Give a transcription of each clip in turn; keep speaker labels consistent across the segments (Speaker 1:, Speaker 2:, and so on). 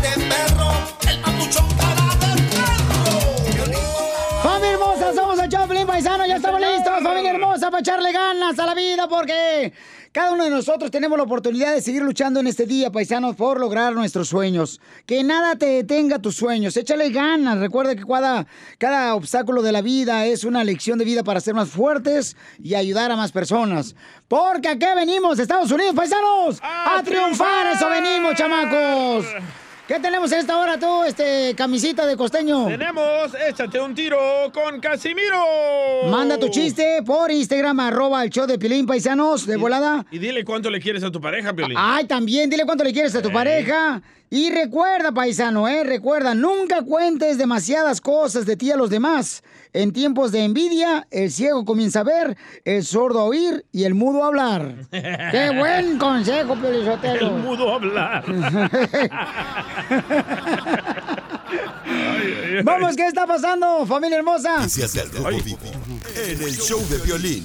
Speaker 1: de perro, el papuchón cara de perro.
Speaker 2: ¡Familia hermosa! Somos el Choplin Paisano, ya estamos listos, familia hermosa, para echarle ganas a la vida porque cada uno de nosotros tenemos la oportunidad de seguir luchando en este día, paisanos, por lograr nuestros sueños. Que nada te detenga tus sueños, échale ganas. Recuerda que cada, cada obstáculo de la vida es una lección de vida para ser más fuertes y ayudar a más personas. Porque acá venimos, Estados Unidos, paisanos, a, triunfar. Eso venimos, chamacos. ¿Qué tenemos en esta hora tú, este, camisita de costeño?
Speaker 3: Tenemos Échate un tiro con Casimiro.
Speaker 2: Manda tu chiste por Instagram, arroba el show de Pilín Paisanos, de volada.
Speaker 3: Y dile cuánto le quieres a tu pareja, Piolín.
Speaker 2: Ay, también, dile cuánto le quieres a tu pareja. Y recuerda, paisano, eh, recuerda, nunca cuentes demasiadas cosas de ti a los demás. En tiempos de envidia, el ciego comienza a ver, el sordo a oír y el mudo a hablar. ¡Qué buen consejo, Pelizotero!
Speaker 3: El mudo hablar.
Speaker 2: Vamos, ¿qué está pasando, familia hermosa?
Speaker 4: Noticias del Grupo Vivo en el show de violín.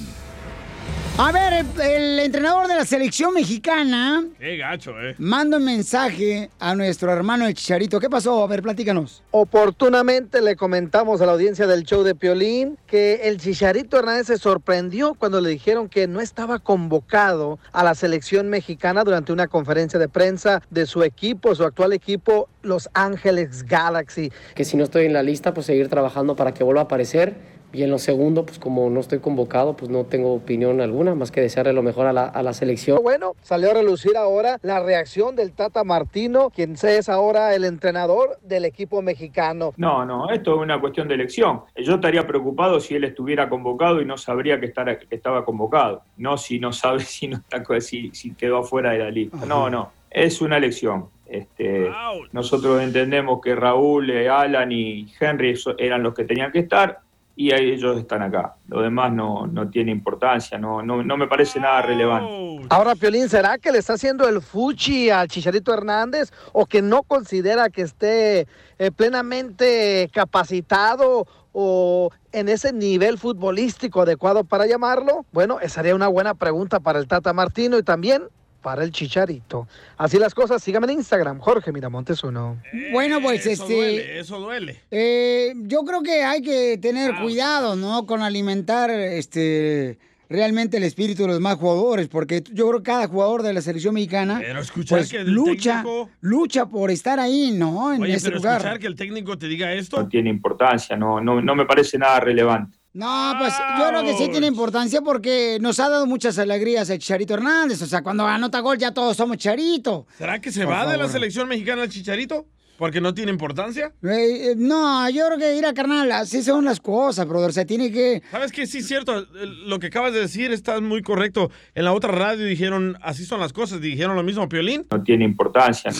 Speaker 2: A ver, el, el entrenador de la selección mexicana
Speaker 3: Qué gacho, eh.
Speaker 2: manda un mensaje a nuestro hermano el Chicharito. ¿Qué pasó? A ver, platícanos.
Speaker 5: Oportunamente le comentamos a la audiencia del show de Piolín que el Chicharito Hernández se sorprendió cuando le dijeron que no estaba convocado a la selección mexicana durante una conferencia de prensa de su equipo, su actual equipo, Los Ángeles Galaxy.
Speaker 6: que si no estoy en la lista, pues seguir trabajando para que vuelva a aparecer. Y en lo segundo, pues como no estoy convocado, pues no tengo opinión alguna, más que desearle lo mejor a la, a la selección.
Speaker 5: Bueno, salió a relucir ahora la reacción del Tata Martino, quien es ahora el entrenador del equipo mexicano.
Speaker 7: No, no, esto es una cuestión de elección. Yo estaría preocupado si él estuviera convocado y no sabría que, estar- que estaba convocado. No si no sabe si, no está, co- si, si quedó afuera de la lista. No, no, es una elección. Este, nosotros entendemos que Raúl, eh, Alan y Henry eso- eran los que tenían que estar y ahí ellos están acá. Lo demás no, no tiene importancia, no, no, no me parece nada relevante.
Speaker 5: Ahora, Piolín, ¿será que le está haciendo el fuchi al Chicharito Hernández o que no considera que esté eh, plenamente capacitado o en ese nivel futbolístico adecuado para llamarlo? Bueno, esa sería una buena pregunta para el Tata Martino y también para el Chicharito. Así las cosas, síganme en Instagram, Jorge Miramontes uno.
Speaker 2: Bueno, pues
Speaker 3: Eh, eso
Speaker 2: este.
Speaker 3: duele, eso duele.
Speaker 2: eh, yo creo que hay que tener cuidado, ¿no? Con alimentar este realmente el espíritu de los más jugadores, porque yo creo que cada jugador de la selección mexicana
Speaker 3: escuchar
Speaker 2: pues,
Speaker 3: que el
Speaker 2: lucha,
Speaker 3: técnico-
Speaker 2: lucha por estar ahí, ¿no? En
Speaker 3: Oye,
Speaker 2: ese
Speaker 3: pero
Speaker 2: lugar.
Speaker 3: escuchar que el técnico te diga
Speaker 7: No
Speaker 3: esto.
Speaker 7: tiene importancia, no, no, no me parece nada relevante.
Speaker 2: No, pues yo creo que sí tiene importancia porque nos ha dado muchas alegrías el Chicharito Hernández. O sea, cuando anota gol ya todos somos Chicharito.
Speaker 3: ¿Será que se
Speaker 2: Por
Speaker 3: va de la
Speaker 2: favor.
Speaker 3: selección mexicana el Chicharito? Porque no tiene importancia.
Speaker 2: Eh, eh, no, yo creo que ir a carnal, así son las cosas, brother. O sea, tiene que...
Speaker 3: ¿Sabes que Sí, es cierto. eh, Lo que acabas de decir está muy correcto. En la otra radio dijeron, así son las cosas. Dijeron lo mismo a Piolín.
Speaker 7: No tiene importancia.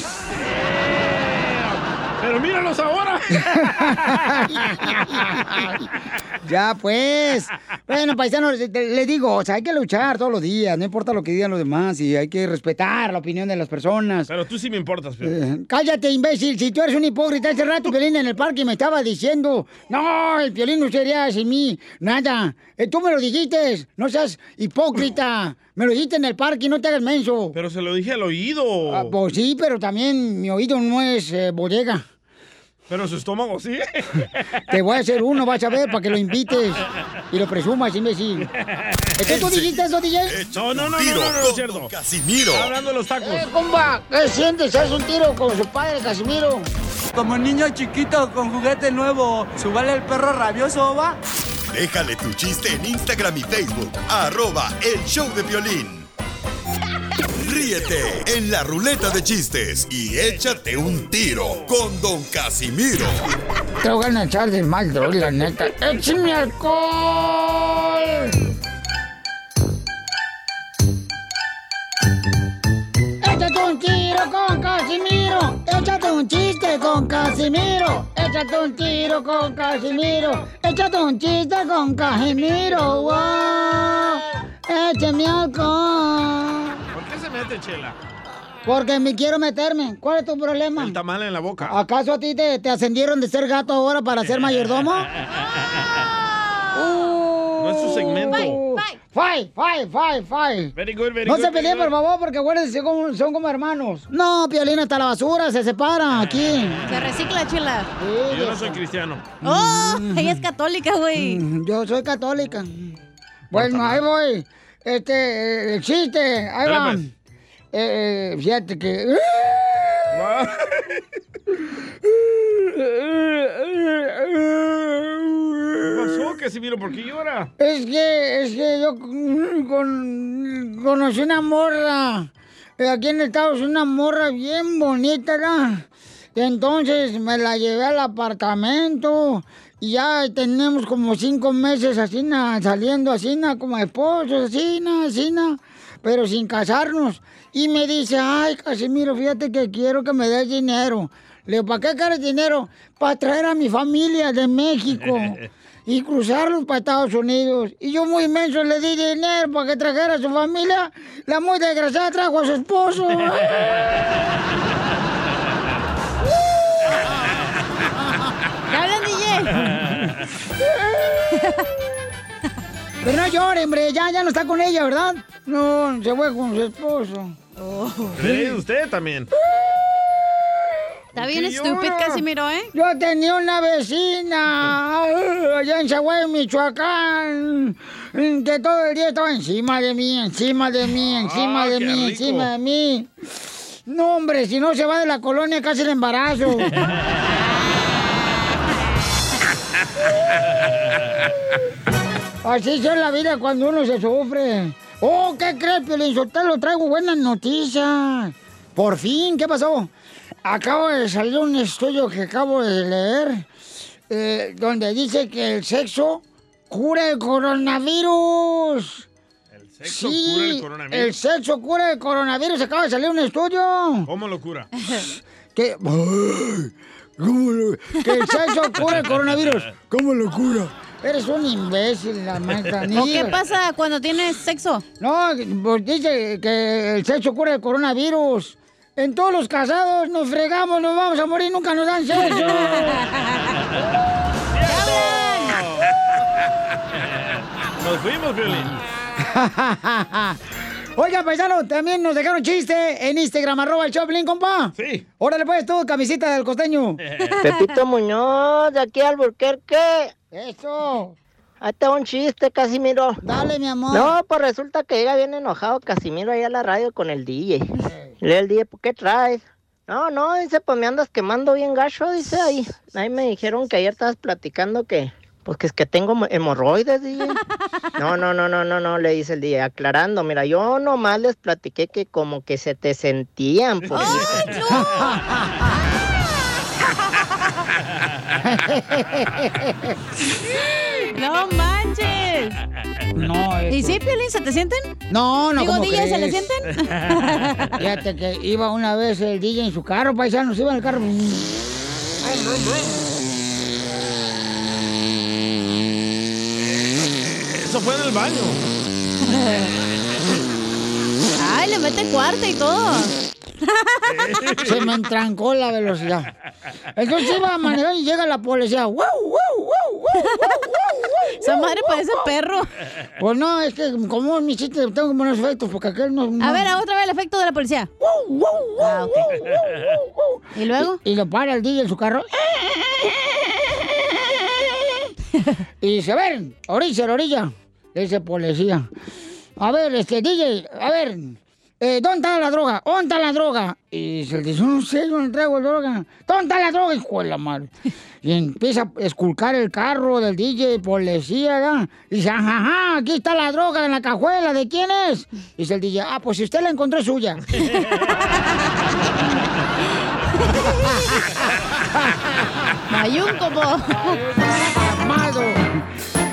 Speaker 3: Pero míralos ahora.
Speaker 2: Ya, pues. Bueno, paisanos, te- les digo, o sea, hay que luchar todos los días, no importa lo que digan los demás y hay que respetar la opinión de las personas.
Speaker 3: Pero tú sí me importas, Piolín.
Speaker 2: Eh, Cállate, imbécil, si tú eres un hipócrita, hace rato Piolín en el parque me estaba diciendo, no, el Piolín no sería sin mí, nada, Eh, tú me lo dijiste, no seas hipócrita, me lo dijiste en el parque, no te hagas menso.
Speaker 3: Pero se lo dije al oído.
Speaker 2: Ah, pues sí, pero también mi oído no es eh, bodega,
Speaker 3: Pero su estómago sí.
Speaker 2: te voy a hacer uno, vas a ver, para que lo invites y lo presumas, imbécil. ¿Es que tú dijiste eso, DJ?
Speaker 3: No, no, no, no,
Speaker 4: Tiro
Speaker 3: no, no, no, es
Speaker 4: con
Speaker 3: cierto.
Speaker 4: don Casimiro.
Speaker 3: Está hablando de los tacos.
Speaker 2: Eh, compa, ¿qué sientes? ¿Haz un tiro con su padre, Casimiro?
Speaker 8: Como niño chiquito con juguete nuevo, ¿subale el perro rabioso va?
Speaker 4: Déjale tu chiste en Instagram y Facebook, arroba el show de violín. Ríete en la ruleta de chistes y échate un tiro con don Casimiro.
Speaker 2: Te voy a echar de mal, bro, la neta. ¡Échame alcohol! ¡Échate un tiro con Casimiro! Casimiro, échate un chiste con Casimiro, échate un tiro con Casimiro, échate un chiste con Casimiro, wow, écheme alcohol.
Speaker 3: ¿Por qué se mete, Chela?
Speaker 2: Porque me quiero meterme. ¿Cuál es tu problema?
Speaker 3: El tamal en la boca.
Speaker 2: ¿Acaso a ti te, te ascendieron de ser gato ahora para ser mayordomo? no
Speaker 3: es su segmento.
Speaker 2: Fai, fai, fai, fai.
Speaker 3: Very good, very
Speaker 2: no
Speaker 3: good,
Speaker 2: se
Speaker 3: very
Speaker 2: peleen,
Speaker 3: good.
Speaker 2: por favor, porque acuérdense, como- son como hermanos. No, Piolín está la basura, se separa aquí.
Speaker 9: Se recicla, chela.
Speaker 2: Eh.
Speaker 3: Y Yo no soy cristiano.
Speaker 9: ¡Oh! Ella es católica, güey.
Speaker 2: Mm. Yo soy católica. Bueno, ahí voy. Este, eh, el chiste, ahí
Speaker 9: Dale,
Speaker 2: va.
Speaker 9: pues.
Speaker 2: Eh, eh, fíjate que...
Speaker 3: ¿Qué pasó, Casimiro? ¿Por qué llora?
Speaker 2: Es que, es que yo con- con- conocí una morra. eh, Aquí en Estados Unidos, una morra bien bonita, ¿verdad? Y entonces me la llevé al apartamento. Y ya tenemos como cinco meses así, na, saliendo así, na, como esposos, así, na, así, na, pero sin casarnos. Y me dice, ay, Casimiro, fíjate que quiero que me des dinero. Le digo, ¿para qué quieres dinero? Para traer a mi familia de México y cruzarlos para Estados Unidos. Y yo muy inmenso le di dinero para que trajera a su familia. La muy desgraciada trajo a su esposo.
Speaker 9: ¿Qué hablan, DJ?
Speaker 2: Pero no llore, hombre, ya, ya no está con ella, ¿verdad? No, se fue con su esposo.
Speaker 3: ¿Cree usted también?
Speaker 9: Está bien estúpido, Casimiro, ¿eh?
Speaker 2: Yo tenía una vecina ah, allá en Chihuahua, Michoacán, que todo el día estaba encima de mí, encima de mí, encima
Speaker 9: Ah,
Speaker 2: de
Speaker 9: qué
Speaker 2: mí,
Speaker 9: rico.
Speaker 2: encima de mí. No, hombre, si no se va de la colonia casi el embarazo. Así es la vida cuando uno se sufre. Oh, ¿qué crees, Piolín Sotelo? Traigo buenas noticias. Por fin, ¿qué pasó? Acabo de salir un estudio que acabo de leer, eh, donde dice que el sexo cura el coronavirus. ¿El sexo
Speaker 3: cura el coronavirus?
Speaker 2: el sexo cura el coronavirus. Acaba de salir un estudio.
Speaker 3: ¿Cómo lo cura?
Speaker 2: Que, ¡Ay! ¿Cómo lo- que el sexo cura el coronavirus. ¿Cómo lo cura? Eres un imbécil, la manzanilla.
Speaker 9: ¿O qué pasa cuando tienes sexo?
Speaker 2: No, pues dice que el sexo cura el coronavirus. En todos los casados nos fregamos, nos vamos a morir, nunca nos dan sexo.
Speaker 3: Nos fuimos, Violín.
Speaker 2: Oiga, paisano, también nos dejaron chiste en Instagram, arroba el Choplin, compa.
Speaker 3: Sí.
Speaker 2: Órale, pues, tú, camisita del costeño.
Speaker 10: Pepito Muñoz, de aquí al Burquerque.
Speaker 2: Eso.
Speaker 10: Ahí está un chiste, Casimiro.
Speaker 2: Dale, mi amor.
Speaker 10: No, pues resulta que llega bien enojado Casimiro ahí a la radio con el DJ. Le dice el DJ, ¿por qué traes? No, no, dice, pues me andas quemando bien gacho, dice ahí. Ahí me dijeron que ayer estabas platicando que, pues que es que tengo hemo- hemorroides, DJ. No, no, no, no, no, no, le dice el DJ, aclarando, mira, yo nomás les platiqué que como que se te sentían, pues.
Speaker 9: ¡No manches!
Speaker 2: No, eso-
Speaker 9: ¿Y sí, Piolín, se te sienten?
Speaker 2: No, no,
Speaker 9: Digo,
Speaker 2: ¿cómo
Speaker 9: DJ, ¿se le
Speaker 2: crees?
Speaker 9: sienten?
Speaker 2: Fíjate que iba una vez el DJ en su carro, paisanos, iba en el carro.
Speaker 3: Eso fue en el baño.
Speaker 9: Ay, le mete cuarta y todo.
Speaker 2: Se me entrancó la velocidad. Entonces iba manejando y llega la policía. ¡Wow, wow, wow, wow, wow, wow,
Speaker 9: Esa
Speaker 2: wow,
Speaker 9: madre
Speaker 2: wow,
Speaker 9: parece
Speaker 2: wow!
Speaker 9: perro.
Speaker 2: Pues no, es que como es mi chiste, tengo que poner efectos porque aquel no...
Speaker 9: A
Speaker 2: no-
Speaker 9: ver, otra vez el efecto de la policía. Ah, ok. ¿Y luego?
Speaker 2: Y, y lo para el DJ en su carro. Y dice, a ver, orilla, la orilla. Le dice policía. A ver, este DJ, a ver, eh, ¿dónde está la droga? ¿Dónde está la droga? Y se dice, no sé, yo no traigo droga. ¿Dónde está la droga? Hijo de la madre. Y empieza a esculcar el carro del DJ, policía, ¿verdad? Y dice, ajá, ajá, aquí está la droga en la cajuela, ¿de quién es? Y dice el DJ, ah, pues si usted la encontró es suya.
Speaker 9: Mayunco, po.
Speaker 2: Amado.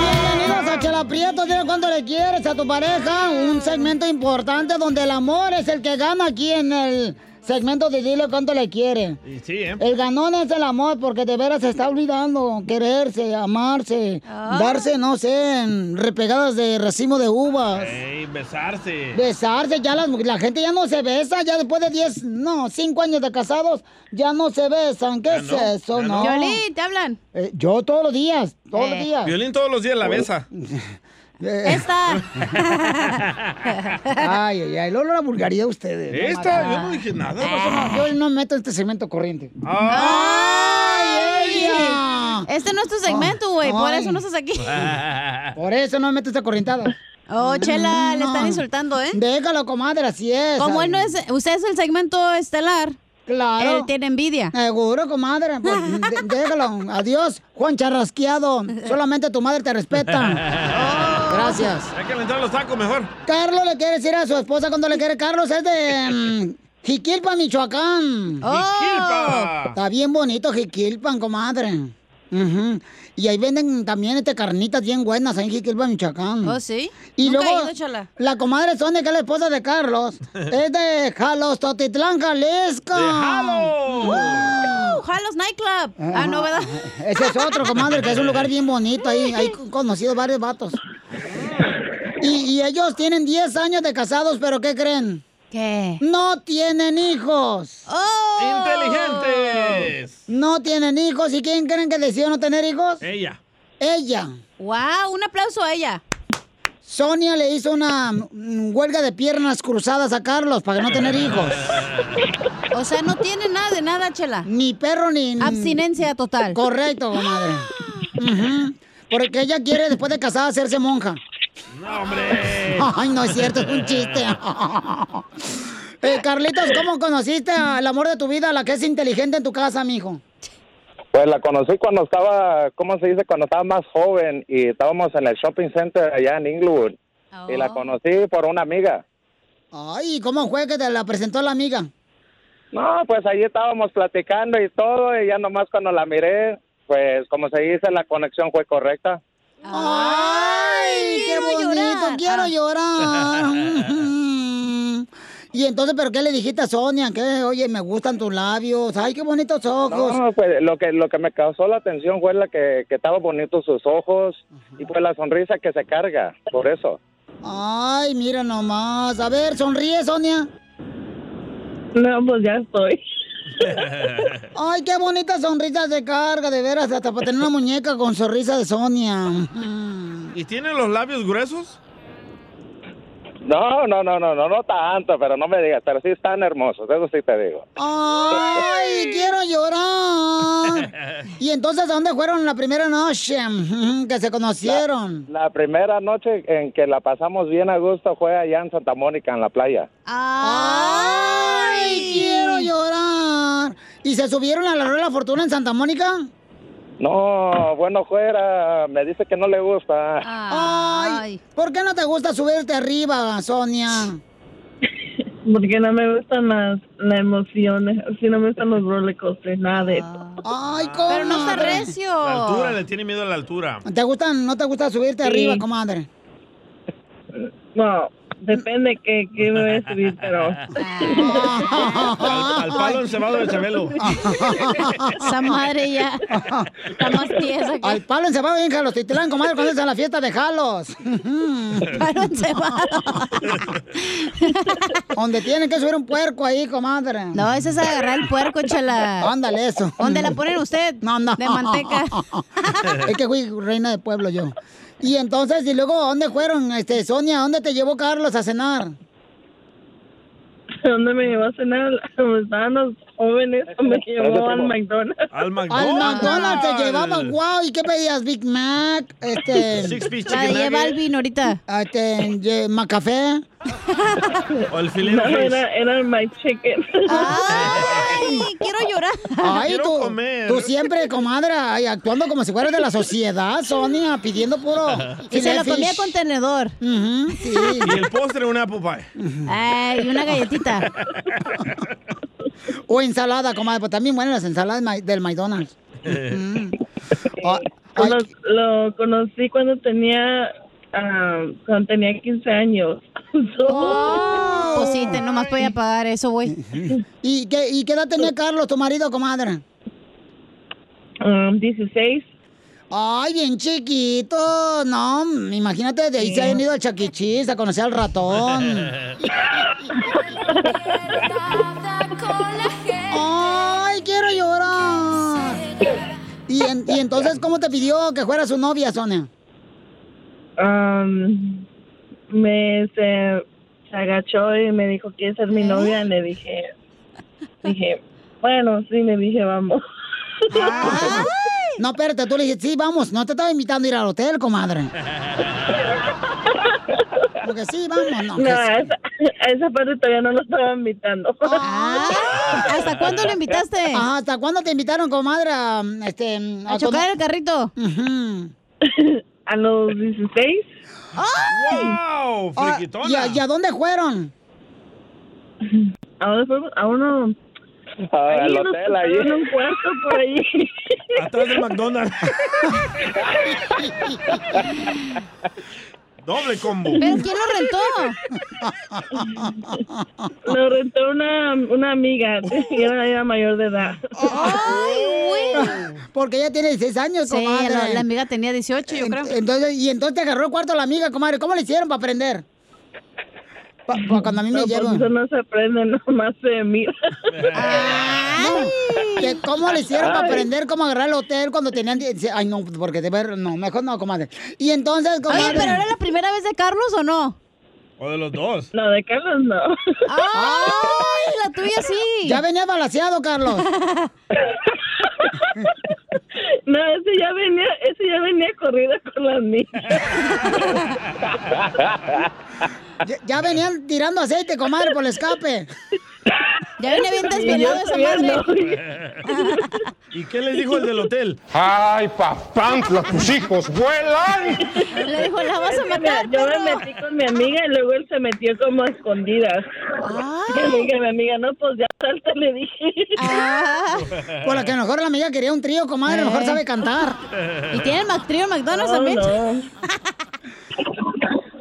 Speaker 2: Bienvenidos a Chela Prieto, dile cuánto le quieres a tu pareja. Un segmento importante donde el amor es el que gana aquí en el segmento de dile cuánto le quiere.
Speaker 3: Y sí, ¿eh?
Speaker 2: El ganón es el amor porque de veras se está olvidando quererse, amarse, darse, no sé, en repegadas de racimo de uvas.
Speaker 3: Ey, besarse.
Speaker 2: Besarse, ya las mu- la gente ya no se besa, ya después de 10, no, 5 años de casados, ya no se besan. ¿Qué es eso? No.
Speaker 9: Violín, ¿te hablan?
Speaker 2: Eh, yo todos los días, todos los
Speaker 9: Eh.
Speaker 2: días. Eh.
Speaker 3: Violín todos los días la besa.
Speaker 2: Esta. ay, ay, ay. Lolo la vulgaridad de ustedes.
Speaker 3: Esta,
Speaker 2: manches.
Speaker 3: yo no dije nada.
Speaker 2: Ah, Yo no me meto en este segmento corriente.
Speaker 9: ¡Ay,
Speaker 2: ella!
Speaker 9: Este no es tu segmento, güey. Por
Speaker 2: Ay.
Speaker 9: eso no estás aquí.
Speaker 2: Por eso no me meto esta corrientada.
Speaker 9: Oh, Chela, le están
Speaker 2: insultando, ¿eh? Déjalo, comadre, así es.
Speaker 9: Como
Speaker 2: Ay.
Speaker 9: él no es, usted es el segmento estelar.
Speaker 2: Claro.
Speaker 9: Él tiene envidia.
Speaker 2: Seguro, comadre. Pues, de- déjalo. Adiós, Juan Charrasqueado. Solamente tu madre te respeta. Gracias.
Speaker 3: Hay que alentar los tacos mejor.
Speaker 2: Carlos le quiere decir a su esposa cuando le quiere. Carlos es de mm, Jiquilpan, Michoacán.
Speaker 1: Jiquilpan.
Speaker 2: Está bien bonito Jiquilpan, comadre. Ujú. Y ahí venden también este carnitas bien buenas ahí en Jiquilpan, Michoacán.
Speaker 9: ¿Oh, sí?
Speaker 2: Y
Speaker 9: Nunca
Speaker 2: luego,
Speaker 9: he ido, Chela.
Speaker 2: la comadre Sonia, que es la esposa de Carlos, es de Jalos, Totitlán, Jalisco.
Speaker 9: ¡De Jalos! ¡Woo! ¡Jalos Nightclub! Ah, no, ¿verdad?
Speaker 2: Ese es otro, comadre, que es un lugar bien bonito. Ahí, ahí he conocido varios vatos. Y, y ellos tienen 10 años de casados, pero ¿qué creen?
Speaker 9: ¿Qué? ¡Oh!
Speaker 2: No tienen hijos.
Speaker 3: ¡Inteligentes!
Speaker 2: No tienen hijos. ¿Y quién creen que decidió no tener hijos?
Speaker 3: Ella.
Speaker 2: Ella.
Speaker 9: ¡Wow! Un aplauso a ella.
Speaker 2: Sonia le hizo una mm, huelga de piernas cruzadas a Carlos para no tener hijos.
Speaker 9: O sea, no tiene nada de nada, Chela.
Speaker 2: Ni perro ni...
Speaker 9: Abstinencia total.
Speaker 2: Correcto, comadre. Ujú. Porque ella quiere, después de casada, hacerse monja. ¡No, hombre! Ay, no es cierto, es un chiste. Eh, Carlitos, ¿cómo conociste al amor de tu vida, la que es inteligente en tu casa, mijo?
Speaker 11: Pues la conocí cuando estaba, ¿cómo se dice? Cuando estaba más joven y estábamos en el shopping center allá en Inglewood. Y la conocí por una amiga.
Speaker 2: Ay, ¿cómo fue que te la presentó la amiga?
Speaker 11: No, pues ahí estábamos platicando y todo, y ya nomás cuando la miré, pues como se dice, la conexión fue correcta.
Speaker 2: ¡Ay, qué bonito! Quiero llorar. Mm. Y entonces, ¿pero qué le dijiste a Sonia? Que, oye, me gustan tus labios. ¡Ay, qué bonitos ojos!
Speaker 11: No, pues lo que, lo que me causó la atención fue la que, que estaba bonito sus ojos y pues la sonrisa que se carga, por eso.
Speaker 2: Ay, mira nomás. A ver, sonríe, Sonia.
Speaker 12: No, pues ya estoy.
Speaker 2: Ay, qué bonita sonrisa de carga, de veras, hasta para tener una muñeca con sonrisa de Sonia.
Speaker 3: ¿Y tiene los labios gruesos?
Speaker 11: No, no, no, no, no, no tanto, pero no me digas, pero sí están hermosos, eso sí te digo.
Speaker 2: Ay, quiero llorar. Y entonces, ¿a dónde fueron la primera noche ujú, que se conocieron?
Speaker 11: La primera noche en que la pasamos bien a gusto fue allá en Santa Mónica, en la playa.
Speaker 2: Ay, quiero llorar. ¿Y se subieron a la rueda de la fortuna en Santa Mónica?
Speaker 11: No, bueno, fuera, me dice que no le gusta.
Speaker 2: Ay, ¿por qué no te gusta subirte arriba, Sonia?
Speaker 12: Porque no me gustan las, las emociones. Así no me gustan los roller coasters, nada de eso.
Speaker 2: Ay, ¿cómo? Pero no está recio.
Speaker 3: La altura, le tiene miedo a la altura.
Speaker 2: ¿Te gustan, no te gusta subirte
Speaker 12: Sí.
Speaker 2: arriba, comadre?
Speaker 12: No, depende que, que me voy a subir, pero.
Speaker 3: Al, al palo encebado de Chabelo.
Speaker 9: Esa madre ya. Está más tiesa que-
Speaker 2: Al palo encebado en Jalos Titlán, comadre, cuando es a la fiesta de Jalos. palo encebado. Donde tienen que subir un puerco ahí, comadre.
Speaker 9: No, ese es agarrar el puerco, chela.
Speaker 2: Ándale, eso.
Speaker 9: ¿Dónde la ponen usted?
Speaker 2: No, no.
Speaker 9: De manteca.
Speaker 2: Es que fui reina de pueblo yo. Y entonces, y luego, ¿a ¿dónde fueron, este, Sonia? ¿a ¿Dónde te llevó Carlos a cenar?
Speaker 12: ¿Dónde me llevó a cenar? Estaban los
Speaker 1: jóvenes me llevaban McDonald's.
Speaker 3: Al
Speaker 2: Al
Speaker 3: McDonald's.
Speaker 2: McDonald's te llevaban, wow, ¿y qué pedías? Big Mac, este...
Speaker 3: Six Piece
Speaker 2: la
Speaker 3: Chicken
Speaker 2: de
Speaker 3: Nugget.
Speaker 2: Balvin ahorita. Este, ye- Macafé.
Speaker 3: O el filete.
Speaker 1: No, era, era my chicken.
Speaker 2: ¡Ay!
Speaker 9: Quiero llorar.
Speaker 2: Ay,
Speaker 9: Quiero
Speaker 2: tú,
Speaker 9: comer.
Speaker 2: tú siempre, comadre, ay, actuando como si fueras de la sociedad, Sonia, pidiendo puro.
Speaker 9: Y se lo
Speaker 2: filet
Speaker 9: comía
Speaker 2: fish.
Speaker 9: con tenedor.
Speaker 2: sí.
Speaker 3: Y el postre, un apple pie.
Speaker 9: Ay, una galletita.
Speaker 2: O ensalada, comadre, pues también buenas las ensaladas ma- del McDonald's. Oh,
Speaker 1: Cono- lo conocí cuando tenía ah, cuando tenía 15 años.
Speaker 9: Pues sí, te- nomás podía pagar eso, güey.
Speaker 2: ¿Y qué, ¿Y qué edad tenía Carlos, tu marido, comadre?
Speaker 1: Um, 16.
Speaker 2: Ay, bien chiquito. No, imagínate, de ahí se han ido al chaquichis a conocer al ratón. Ay, quiero llorar. ¿Y, en- y entonces cómo te pidió que fuera su novia, Sonia?
Speaker 1: Um, me se, se agachó y me dijo, ¿quieres ser
Speaker 2: ¿Eh?
Speaker 1: mi novia? Y le dije, dije, bueno, sí, le dije, vamos.
Speaker 2: No, espérate, tú le dijiste, sí, vamos, no te estaba invitando a ir al hotel, comadre. Porque sí, vamos, no.
Speaker 1: No,
Speaker 2: que
Speaker 1: a
Speaker 2: sí.
Speaker 1: esa, a esa parte todavía no lo estaba invitando.
Speaker 2: Ah, ¿Hasta cuándo lo invitaste? ¿Hasta cuándo te invitaron, comadre, a, este,
Speaker 9: A chocar el
Speaker 2: carrito?
Speaker 1: A los 16.
Speaker 3: ¡Wow!
Speaker 2: Ah,
Speaker 3: Friquitona.
Speaker 2: ¿y, a, y a dónde fueron?
Speaker 1: ¿A dónde fuimos? A uno...
Speaker 11: al
Speaker 1: ahí nos
Speaker 11: hotel,
Speaker 1: pusieron
Speaker 11: ahí.
Speaker 1: un cuarto por ahí.
Speaker 3: Atrás del McDonald's. Doble combo.
Speaker 1: rentó? Lo rentó una, una amiga, y era, era mayor de edad.
Speaker 2: Porque ella tiene 16 años,
Speaker 9: Sí,
Speaker 2: comadre.
Speaker 9: la- la
Speaker 2: amiga tenía 18, yo creo. Entonces, y entonces te agarró el cuarto la amiga, comadre. ¿Cómo le hicieron para aprender? Pa- pa- cuando a mí me
Speaker 1: No, pues,
Speaker 2: llevan.
Speaker 1: Eso no se aprende, nomás se mira.
Speaker 2: ¿Qué- ¿Cómo le hicieron para
Speaker 1: Ay.
Speaker 2: aprender cómo agarrar el hotel cuando tenían... die- Ay, no, porque de ver... No, mejor no, comadre. Y entonces, comadre...
Speaker 9: Oye, ¿pero era la primera vez de Carlos o no?
Speaker 3: O de los dos.
Speaker 1: No, de Carlos no.
Speaker 9: ¡Ay, la tuya sí!
Speaker 2: Ah, Ya venía balaseado, Carlos.
Speaker 1: No, ese ya venía, ese ya venía corrida con las mías.
Speaker 2: Ya, ya venían tirando aceite, comadre, por el escape.
Speaker 9: Ya venía bien
Speaker 1: desvelado esa madre.
Speaker 3: ¿Y qué les dijo el del hotel?
Speaker 13: ¡Ay, papá! ¡Tus hijos vuelan!
Speaker 9: Le dijo, la vas a
Speaker 1: Es que
Speaker 9: matar,
Speaker 1: me- Yo
Speaker 9: perro.
Speaker 1: me metí con mi amiga y luego él se metió como a escondidas.
Speaker 2: Ah.
Speaker 1: Y le dije a mi amiga, no, pues ya salta, le dije.
Speaker 2: Por la que a lo mejor la amiga quería un trío, comadre, a lo mejor
Speaker 9: Ah. Eh.
Speaker 2: sabe cantar.
Speaker 9: ¿Y tiene el Mac- trío McDonald's
Speaker 2: No,
Speaker 9: también?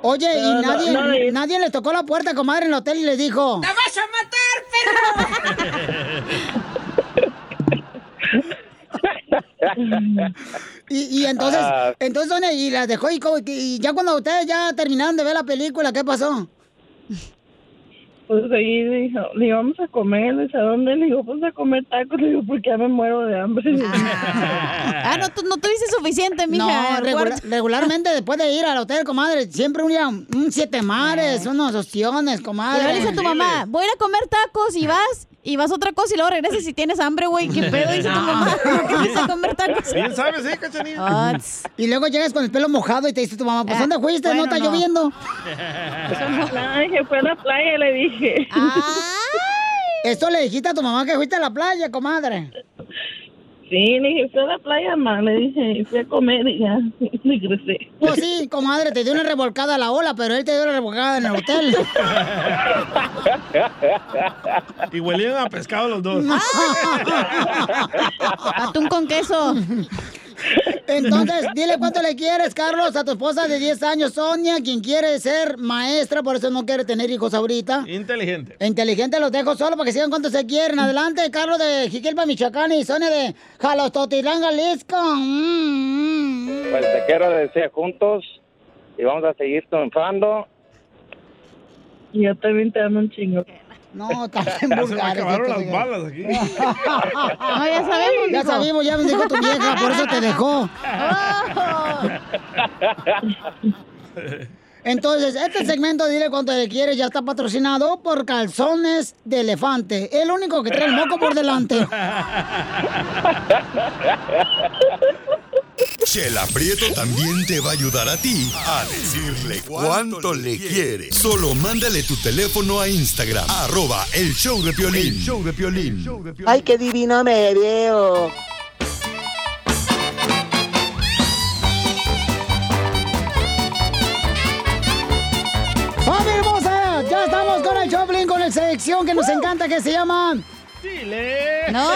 Speaker 2: Oye,
Speaker 9: No,
Speaker 2: y
Speaker 9: no,
Speaker 2: nadie,
Speaker 9: no, y-
Speaker 2: nadie le tocó la puerta, comadre, en el hotel y le dijo... ¡La vas a matar, Y, y entonces,
Speaker 14: Ah.
Speaker 2: entonces, Sonia, y las dejó y, co- y ya cuando ustedes ya terminaron de ver la película, ¿qué pasó?
Speaker 1: Pues ahí dijo, le digo, vamos a comer, le dice, ¿a dónde? Le digo, pues a comer tacos, le digo, porque ya me muero de hambre.
Speaker 9: Ah, no, tú no tuviste suficiente, mija.
Speaker 2: No,
Speaker 9: al
Speaker 2: regula-
Speaker 9: cuarto.
Speaker 2: regularmente después de ir al hotel, comadre, siempre un día un siete mares, unos ostiones,
Speaker 9: Y
Speaker 2: comadre. Eh.
Speaker 9: luego le Eh. dice a tu mamá, voy a ir a comer tacos y vas, y vas a otra cosa y luego regresas si tienes hambre, güey. ¿Qué pedo? Dice tu mamá, vas a comer tacos.
Speaker 2: Bien sabes,
Speaker 3: ¿eh,
Speaker 2: Ah, tss. Y luego llegas con el pelo mojado y te dice tu mamá, pues
Speaker 9: Ah,
Speaker 2: ¿dónde fuiste?
Speaker 9: bueno,
Speaker 2: no está
Speaker 9: no.
Speaker 2: lloviendo.
Speaker 1: No, dije, fue a la playa, le dije.
Speaker 2: Esto le dijiste a tu mamá que fuiste a la playa, comadre.
Speaker 1: Sí, le dije, fui a la playa, ma, le dije, y fui a comer y ya regresé.
Speaker 2: Pues sí, comadre, te dio una revolcada a la ola, pero él te dio una revolcada en el hotel.
Speaker 3: Y huelían a pescado los dos.
Speaker 2: Atún con queso. Entonces, dile cuánto le quieres, Carlos, a tu esposa de 10 años, Sonia, quien quiere ser maestra, por eso no quiere tener hijos ahorita.
Speaker 3: Inteligente.
Speaker 2: Inteligente los dejo solo para que sigan cuanto se
Speaker 11: Mm.
Speaker 2: quieren. Adelante, Carlos de Jiquilpa, Michoacán y Sonia de Jalostotilán, Jalisco. Mm, mm.
Speaker 11: Pues te quiero decir juntos y vamos a seguir triunfando.
Speaker 1: Y yo también te amo un chingo.
Speaker 2: No,
Speaker 11: Se
Speaker 2: también
Speaker 11: me
Speaker 2: vulgares.
Speaker 11: acabaron
Speaker 2: estos,
Speaker 11: las
Speaker 2: señores.
Speaker 11: balas aquí.
Speaker 2: No,
Speaker 9: ya sabemos,
Speaker 2: Ya
Speaker 9: mijo.
Speaker 2: sabemos, ya me dijo tu vieja, por eso te dejó. Entonces, este segmento, dile cuánto le quieres, ya está patrocinado por calzones de elefante. El único que trae el moco por delante.
Speaker 4: Chela Prieto también te va a ayudar a ti a decirle cuánto le quiere. Solo mándale tu teléfono a Instagram, arroba el show de Piolín. El show de Piolín.
Speaker 15: Ay, qué divino me veo.
Speaker 2: ¡Familia hermosa! Ya estamos con el Choplin, con la selección que nos encanta, que se llama...
Speaker 3: ¡Dile!
Speaker 2: ¡No!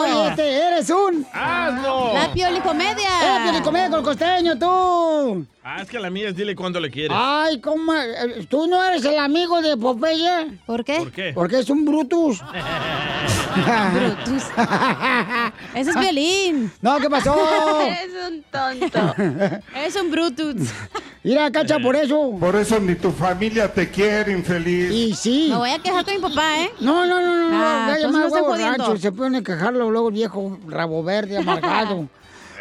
Speaker 2: Oye, este, eres un...
Speaker 3: ¡Hazlo!
Speaker 9: La piolicomedia.
Speaker 2: ¡La piolicomedia con el costeño, tú!
Speaker 3: Ah, es que la mía es dile cuándo le quieres.
Speaker 2: Ay, ¿cómo? eh, ¿Tú no eres el amigo de Popeye? ¿Por qué?
Speaker 3: ¿Por qué?
Speaker 2: Porque es un Brutus.
Speaker 9: Brutus. Ese es violín.
Speaker 2: No, Ah. ¿qué pasó?
Speaker 9: Eres un tonto. Eres un Brutus.
Speaker 2: Mira, cacha, por eso.
Speaker 1: Por eso ni tu familia te quiere, infeliz.
Speaker 2: Y sí.
Speaker 9: Me voy a quejar con mi papá, ¿eh?
Speaker 2: No, no, no, no, pues no.
Speaker 9: Ah,
Speaker 2: ya
Speaker 9: entonces
Speaker 2: llamaba
Speaker 9: no estoy
Speaker 2: huevo
Speaker 9: jodiendo.
Speaker 2: rancho, se pone a quejarlo luego el viejo rabo verde amargado.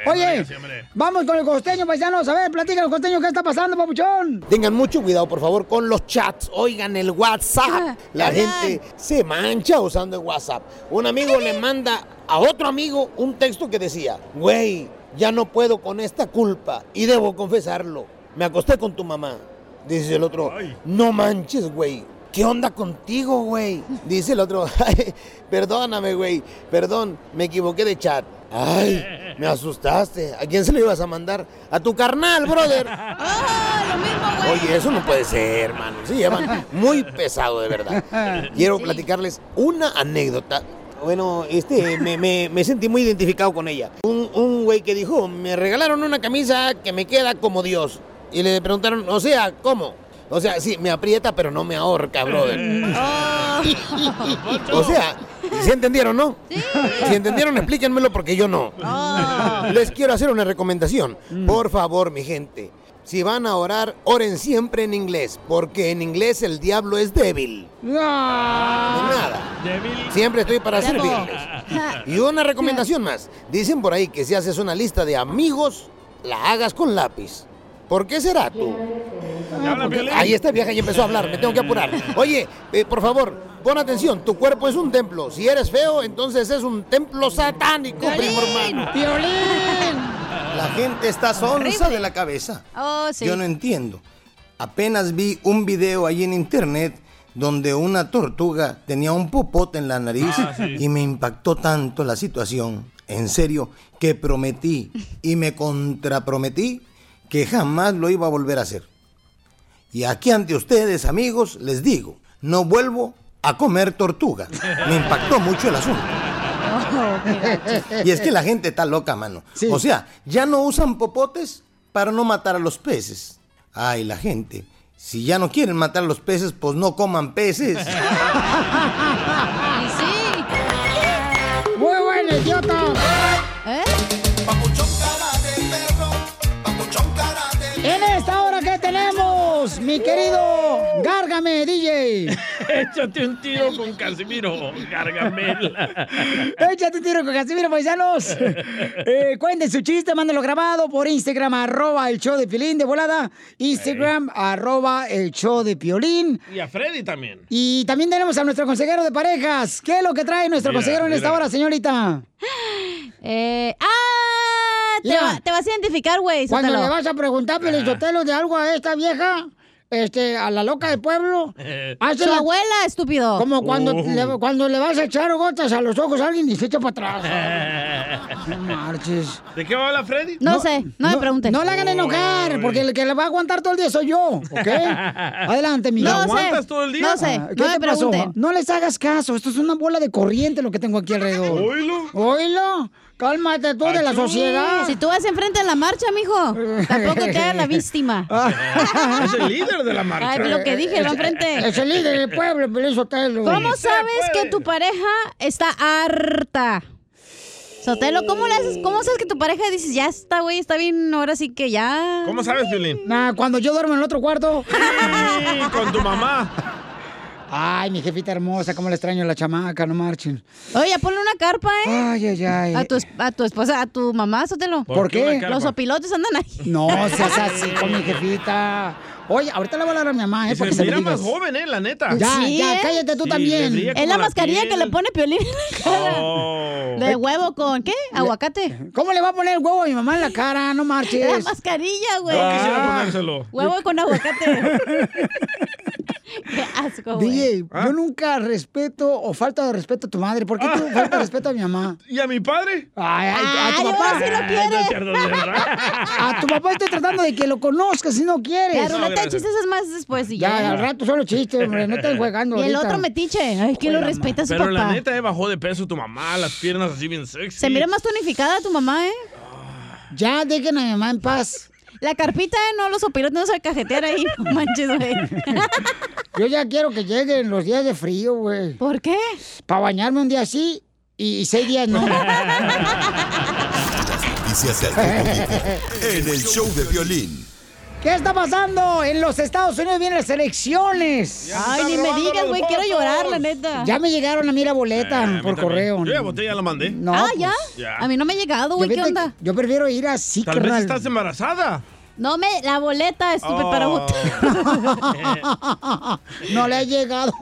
Speaker 2: Oye, vamos con el costeño, paisanos. A ver, platícanos, costeño, ¿qué está pasando, papuchón?
Speaker 6: Tengan mucho cuidado, por favor, con los chats. Oigan el WhatsApp. La gente se mancha usando el WhatsApp. Un amigo le manda a otro amigo un texto que decía, güey, ya no puedo con esta culpa y debo confesarlo. Me acosté con tu mamá. Dice el otro, no manches, güey. ¿Qué onda contigo, güey? Dice el otro, "Ay, perdóname, güey. Perdón, me equivoqué de chat. Ay, me
Speaker 16: este,
Speaker 6: asustaste. ¿A quién se lo ibas a mandar? A tu carnal, brother. Oye, eso no puede ser, hermano. Sí, llevan muy pesado, de verdad. Quiero platicarles una anécdota. Bueno, este, me, me- me sentí muy identificado con ella. Un, un güey que dijo, me regalaron una camisa que me queda como Dios. Y le preguntaron, o sea, ¿cómo? O sea, sí, me aprieta, pero no me ahorca, brother. O sea, ¿sí entendieron, no? Si entendieron, explíquenmelo porque yo no. Les quiero hacer una recomendación. Por favor, mi gente, si van a orar, oren siempre en inglés, porque en inglés el diablo es débil.
Speaker 2: No.
Speaker 6: nada. Siempre estoy para
Speaker 17: Diablo.
Speaker 6: servirles. Y una recomendación más. Dicen por ahí que si haces una lista de amigos, la hagas con lápiz. ¿Por qué será tú? Ah, Porque- Ahí está vieja y empezó a hablar, me tengo que apurar. Oye, eh, por favor, pon atención, tu cuerpo es un templo. Si eres feo, entonces es un templo satánico, primo hermano. La gente está
Speaker 16: sonsa de la cabeza.
Speaker 9: Oh, sí.
Speaker 16: Yo no entiendo. Apenas vi un video ahí en internet donde una tortuga tenía un popote en la nariz
Speaker 17: Ah, sí.
Speaker 16: y me impactó tanto la situación, en serio, que prometí y me contraprometí que jamás lo iba a volver a hacer. Y aquí ante ustedes, amigos, les digo, no vuelvo a comer tortuga. Me impactó mucho el asunto.
Speaker 9: Oh,
Speaker 16: Y es que la gente está loca, mano. O sea, ya no usan popotes para no matar a los peces. Ay, la gente. Si ya no quieren matar a los peces, pues no coman
Speaker 17: Y
Speaker 16: peces.
Speaker 17: sí.
Speaker 2: Muy buen idiota. En esta hora que tenemos, mi querido Gárgame, DJ.
Speaker 3: Échate un tiro con Casimiro, Gargamel.
Speaker 2: Échate un tiro con Casimiro, paisanos. Eh, cuenten su chiste, mándalo grabado por Instagram, arroba el show de Piolín de volada. Instagram, arroba el show de Piolín.
Speaker 3: Y a Freddy también.
Speaker 2: Y también tenemos a nuestro consejero de parejas. ¿Qué es lo que trae nuestro
Speaker 3: Mira,
Speaker 2: consejero en esta
Speaker 3: mira.
Speaker 2: hora, señorita?
Speaker 9: Eh, ¡Ah! Te,
Speaker 2: Mira.
Speaker 9: va- te vas a identificar, güey.
Speaker 2: Cuando
Speaker 9: suéltalo.
Speaker 2: le vas a preguntar, Pelizotelo, de algo a esta vieja, este, a la loca del pueblo, hace
Speaker 9: Su
Speaker 2: la
Speaker 9: abuela, estúpido.
Speaker 2: Como cuando,
Speaker 3: Uh.
Speaker 9: Oh.
Speaker 2: le, cuando le vas a echar gotas a los ojos a alguien y se echa para atrás.
Speaker 3: No
Speaker 2: marches.
Speaker 3: ¿De qué va a hablar Freddy?
Speaker 2: No la hagan enojar, porque el que la va a aguantar todo el día soy yo, ¿ok? Adelante, mi
Speaker 3: ¿La
Speaker 2: amor.
Speaker 3: aguantas todo el día?
Speaker 2: Ah,
Speaker 3: No sé,
Speaker 2: ¿Qué
Speaker 3: no me
Speaker 2: te pasó?
Speaker 3: pregunten.
Speaker 2: No les hagas caso, esto es una bola de corriente lo que tengo aquí alrededor.
Speaker 3: Oílo.
Speaker 2: Oílo. Cálmate tú de la sociedad.
Speaker 9: Si tú vas enfrente de la marcha, mijo, tampoco te hagas la víctima.
Speaker 3: Es el líder de la marcha.
Speaker 9: Ay, lo que dije, va enfrente.
Speaker 2: Es el líder del pueblo, Pelizotelo.
Speaker 9: ¿Cómo sabes que tu pareja está harta? Sotelo, ¿cómo le haces? ¿Cómo sabes que tu pareja dices, ya está, güey, está bien, ahora sí que ya?
Speaker 3: ¿Cómo sabes, Violín?
Speaker 2: Nah, cuando yo duermo en el otro cuarto.
Speaker 3: Sí, con tu mamá.
Speaker 2: Ay, mi jefita hermosa, cómo le extraño a la chamaca, no marchen.
Speaker 9: Oye, ponle una carpa, ¿eh?
Speaker 2: Ay, ay, ay.
Speaker 9: A tu, es- a tu esposa, a tu mamá, sótelo.
Speaker 2: ¿Por ¿Por qué qué? una carpa?
Speaker 9: Los opilotes andan ahí.
Speaker 2: No seas así con mi jefita. Oye, ahorita le voy a hablar a mi mamá, ¿eh?
Speaker 3: Y se
Speaker 2: Porque se
Speaker 3: mira
Speaker 2: lo
Speaker 3: más
Speaker 2: digas.
Speaker 3: joven, ¿eh? La neta.
Speaker 2: Ya, ya, cállate tú también.
Speaker 9: Es la mascarilla que le pone piolín en la
Speaker 2: Oh.
Speaker 9: cara. De huevo con, ¿qué? Aguacate.
Speaker 2: ¿Cómo le va a poner el huevo a mi mamá en la cara? No marches.
Speaker 9: La mascarilla, güey.
Speaker 2: No quisiera ponérselo.
Speaker 9: Huevo con aguacate. Qué asco, güey.
Speaker 2: DJ, yo nunca respeto o falta de respeto a tu madre. ¿Por qué tú falta de respeto a mi mamá?
Speaker 3: ¿Y a mi padre?
Speaker 2: Ay, ay, a tu
Speaker 3: Ay,
Speaker 2: papá.
Speaker 3: ahora sí lo Ay, quiere. no es cierto, de verdad.
Speaker 2: a tu papá estoy tratando de que lo conozcas si no quieres.
Speaker 9: La ruleta de chistes es más después pues, y ya.
Speaker 2: Ya, al rato solo chistes, hombre. No estén jugando
Speaker 9: Y el
Speaker 2: ahorita.
Speaker 9: otro metiche. Ay, que lo
Speaker 2: Juega,
Speaker 9: respeta a su
Speaker 3: Pero la
Speaker 9: papá.
Speaker 3: neta, eh, bajó de peso tu mamá, las piernas así bien sexy.
Speaker 9: Se mira más tonificada tu mamá, ¿eh?
Speaker 2: Ya, dejen a mi mamá en paz.
Speaker 9: La carpita, ¿eh? No, los opilotes no se cajetear ahí. No manches, güey.
Speaker 2: Yo ya quiero que lleguen los días de frío, güey.
Speaker 9: ¿Por qué?
Speaker 2: Para bañarme un día así y, y seis días no.
Speaker 4: Noticias del vivo en el show de violín.
Speaker 2: ¿Qué está pasando? En los Estados Unidos vienen las elecciones.
Speaker 9: Ya se Ay, están ni me robando digas, los güey, quiero votos. llorar, la neta.
Speaker 2: Ya me llegaron a mí la boleta
Speaker 3: Eh, a mí
Speaker 2: por
Speaker 3: también.
Speaker 2: correo.
Speaker 3: Yo ya voté, ya la mandé.
Speaker 9: ah, ¿ya?
Speaker 3: pues, ya.
Speaker 9: A mí no me ha llegado, güey.
Speaker 2: Yo
Speaker 9: ¿Qué
Speaker 2: vete-
Speaker 9: onda?
Speaker 2: Yo prefiero ir así,
Speaker 3: Tal vez
Speaker 2: carnal.
Speaker 3: estás embarazada.
Speaker 9: No me... La boleta, estúpido,
Speaker 3: Oh.
Speaker 9: para votar.
Speaker 2: No le ha llegado.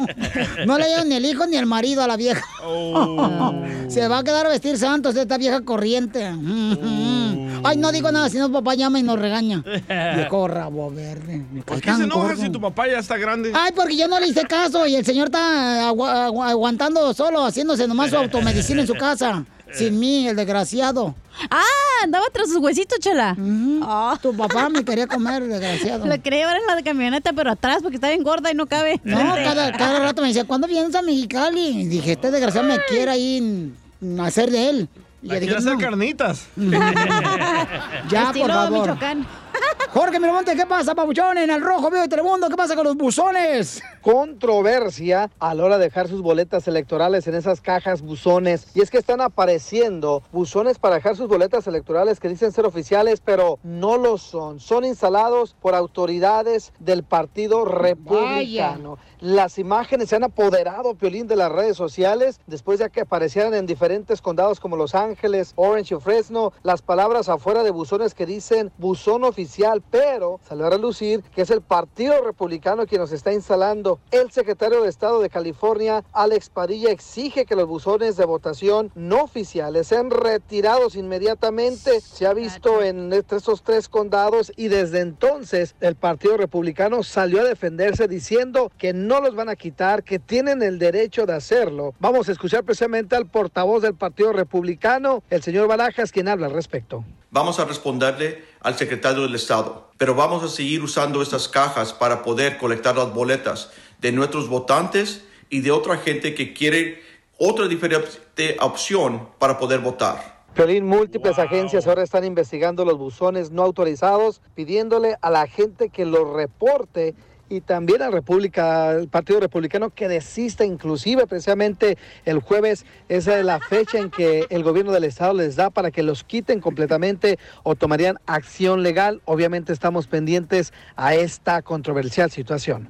Speaker 2: No le ha llegado ni el hijo ni el marido a la vieja.
Speaker 9: Oh.
Speaker 2: Se va a quedar a vestir santos de esta vieja corriente.
Speaker 9: Oh.
Speaker 2: Ay, no digo nada, si no papá llama y nos regaña. Viejo rabo verde.
Speaker 3: ¿Por qué
Speaker 2: Tan
Speaker 3: se enoja
Speaker 2: gordo.
Speaker 3: si tu papá ya está
Speaker 9: Ah,
Speaker 3: grande?
Speaker 2: Ay, porque yo no le hice caso y el señor está agu- agu- aguantando solo, haciéndose nomás su automedicina en su casa. Sin mí, el desgraciado.
Speaker 9: Ah, andaba tras sus huesitos, chela. Ah.
Speaker 2: Tu papá me quería comer, desgraciado.
Speaker 9: Lo quería llevar en la camioneta, pero atrás, porque está bien gorda y no cabe.
Speaker 2: No, cada, cada rato me decía, ¿cuándo vienes a Mexicali? Y dije, este desgraciado me quiere ahí en- en hacer de él. Y
Speaker 3: La
Speaker 2: yo dije,
Speaker 3: quiere hacer
Speaker 2: "No".
Speaker 3: carnitas.
Speaker 2: Ya, por
Speaker 9: Estilo
Speaker 2: favor.
Speaker 9: Michoacán.
Speaker 2: Jorge Miramonte, ¿qué pasa, papuchón? En el rojo vivo de Telemundo, ¿qué pasa con los buzones?
Speaker 5: Controversia a la hora de dejar sus boletas electorales en esas cajas buzones. Y es que están apareciendo buzones para dejar sus boletas electorales que dicen ser oficiales, pero no lo son. Son instalados por autoridades del Partido Republicano. Las imágenes se han apoderado, Piolín, de las redes sociales después de que aparecieran en diferentes condados como Los Ángeles, Orange y Fresno, las palabras afuera de buzones que dicen buzón oficial, pero salió a relucir que es el Partido Republicano quien nos está instalando. El secretario de Estado de California, Alex Padilla, exige que los buzones de votación no oficiales sean retirados inmediatamente. Se ha visto en estos tres condados y desde entonces el Partido Republicano salió a defenderse diciendo que no los van a quitar, que tienen el derecho de hacerlo. Vamos a escuchar precisamente al portavoz del Partido Republicano, el señor Barajas, quien habla al respecto.
Speaker 18: Vamos a responderle al secretario del Estado, pero vamos a seguir usando estas cajas para poder colectar las boletas de nuestros votantes y de otra gente que quiere otra diferente opción para poder votar.
Speaker 5: Piolín, múltiples agencias ahora están investigando los buzones no autorizados, pidiéndole a la gente que los reporte y también al República, al Partido Republicano que desista, inclusive precisamente el jueves, esa es la fecha en que el gobierno del estado les da para que los quiten completamente o tomarían acción legal. Obviamente estamos pendientes a esta controversial situación.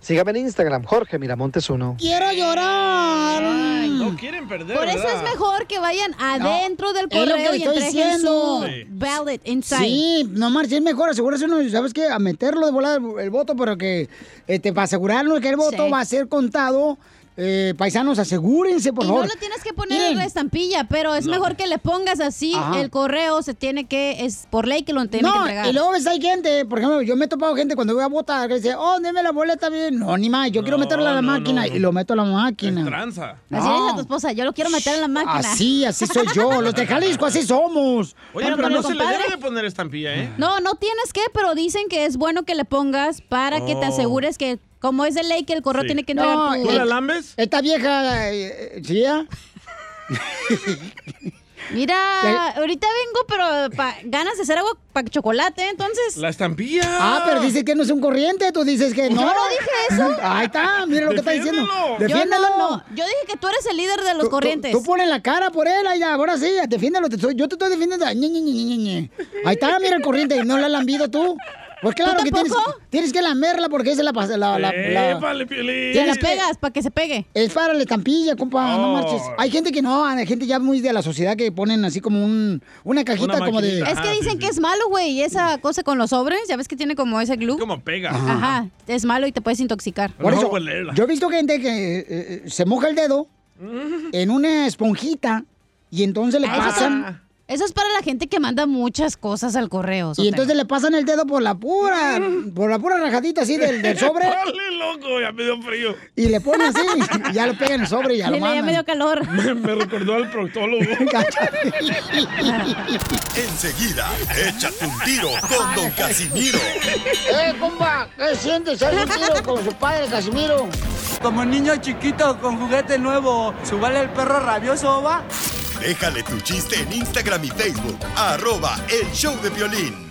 Speaker 5: Sígame en Instagram, Jorge Miramontes uno.
Speaker 2: ¡Quiero llorar!
Speaker 3: No quieren perder.
Speaker 9: Por eso es
Speaker 3: ¿verdad?
Speaker 9: mejor que vayan
Speaker 2: No,
Speaker 9: adentro del
Speaker 2: es lo que
Speaker 9: correo
Speaker 2: le
Speaker 9: y
Speaker 2: estoy
Speaker 9: entreguen
Speaker 2: diciendo.
Speaker 9: su
Speaker 2: Sí.
Speaker 9: ballot inside.
Speaker 2: Sí, no marches, es mejor asegurarse uno, ¿sabes qué? A meterlo de volar el, el voto, pero que este, para asegurarnos que el voto
Speaker 9: Sí.
Speaker 2: va a ser contado, eh, paisanos, asegúrense, por
Speaker 9: Y no
Speaker 2: favor.
Speaker 9: lo tienes que poner en
Speaker 2: Miren.
Speaker 9: la estampilla, pero es mejor que le pongas así
Speaker 2: Ajá.
Speaker 9: el correo, se tiene que, es por ley que lo tiene que
Speaker 2: no,
Speaker 9: entregar.
Speaker 2: y luego ves, hay gente, por ejemplo, yo me he topado gente cuando voy a votar que dice, oh, deme la boleta bien. No, ni más, yo quiero meterla a la máquina y lo meto a la máquina.
Speaker 3: Tranza.
Speaker 9: Así le dices a tu esposa, yo lo quiero meter en la máquina.
Speaker 2: Así, así soy yo. Los de Jalisco, así somos.
Speaker 3: Oye, pero, no se le debe de poner estampilla, ¿eh?
Speaker 9: No, no tienes que, pero dicen que es bueno que le pongas para que te
Speaker 3: Oh.
Speaker 9: asegures que, como es de ley, que el correo tiene que entregar
Speaker 2: No,
Speaker 9: tu-
Speaker 2: eh, Esta vieja, eh, eh, ¿sí? ya?
Speaker 9: Mira, ahorita vengo, pero pa- ganas de hacer agua para chocolate, entonces.
Speaker 3: La estampilla.
Speaker 2: Ah, pero dices que no es un corriente, tú dices que no.
Speaker 9: Yo no dije eso.
Speaker 2: Ahí está, mira lo que está diciendo.
Speaker 9: Yo no,
Speaker 2: Defiéndelo.
Speaker 9: no. Yo dije que tú eres el líder de los
Speaker 2: Tú- tú-
Speaker 9: corrientes.
Speaker 2: Tú, pones la cara por él, ahí, ahora sí, defiéndelo. te estoy- yo te estoy defendiendo. Ñe, Ñe, Ñe, Ñe, Ñe. Ahí está, mira el corriente, no la han lambido tú. Pues claro que tienes, tienes que lamerla porque esa es la... pas- la, la, la-
Speaker 3: Épale, Piolín.
Speaker 2: Te las pegas para que se pegue. Es para la estampilla, compa, no
Speaker 3: Oh.
Speaker 2: marches. Hay gente que no, hay gente ya muy de la sociedad que ponen así como un, una cajita como de...
Speaker 9: Es que dicen que es malo, güey, y esa cosa con los sobres, ya ves que tiene como ese glue.
Speaker 3: como pega.
Speaker 9: Ajá. es malo y te puedes intoxicar.
Speaker 2: Por eso, yo he visto gente que eh, eh, se moja el dedo en una esponjita y entonces eh, le
Speaker 9: Ah, eso
Speaker 2: pasan...
Speaker 9: son- Eso es para la gente que manda muchas cosas al correo.
Speaker 2: Y entonces le pasan el dedo por la pura, por la pura rajadita así del, del sobre
Speaker 3: Dale, loco, ya me dio frío.
Speaker 2: y le ponen así, ya le pegan el sobre y ya lo
Speaker 3: Dile, ya
Speaker 2: mandan.
Speaker 3: me dio
Speaker 9: calor.
Speaker 3: Me, me recordó al proctólogo.
Speaker 4: Enseguida, échate un tiro con Don Casimiro.
Speaker 2: ¡Eh, compa! ¿Qué sientes? ¿Has un tiro con su padre, Casimiro?
Speaker 8: Como niño chiquito con juguete nuevo, ¿subale el perro rabioso, va?
Speaker 4: Déjale tu chiste en Instagram y Facebook. Arroba el show de violín.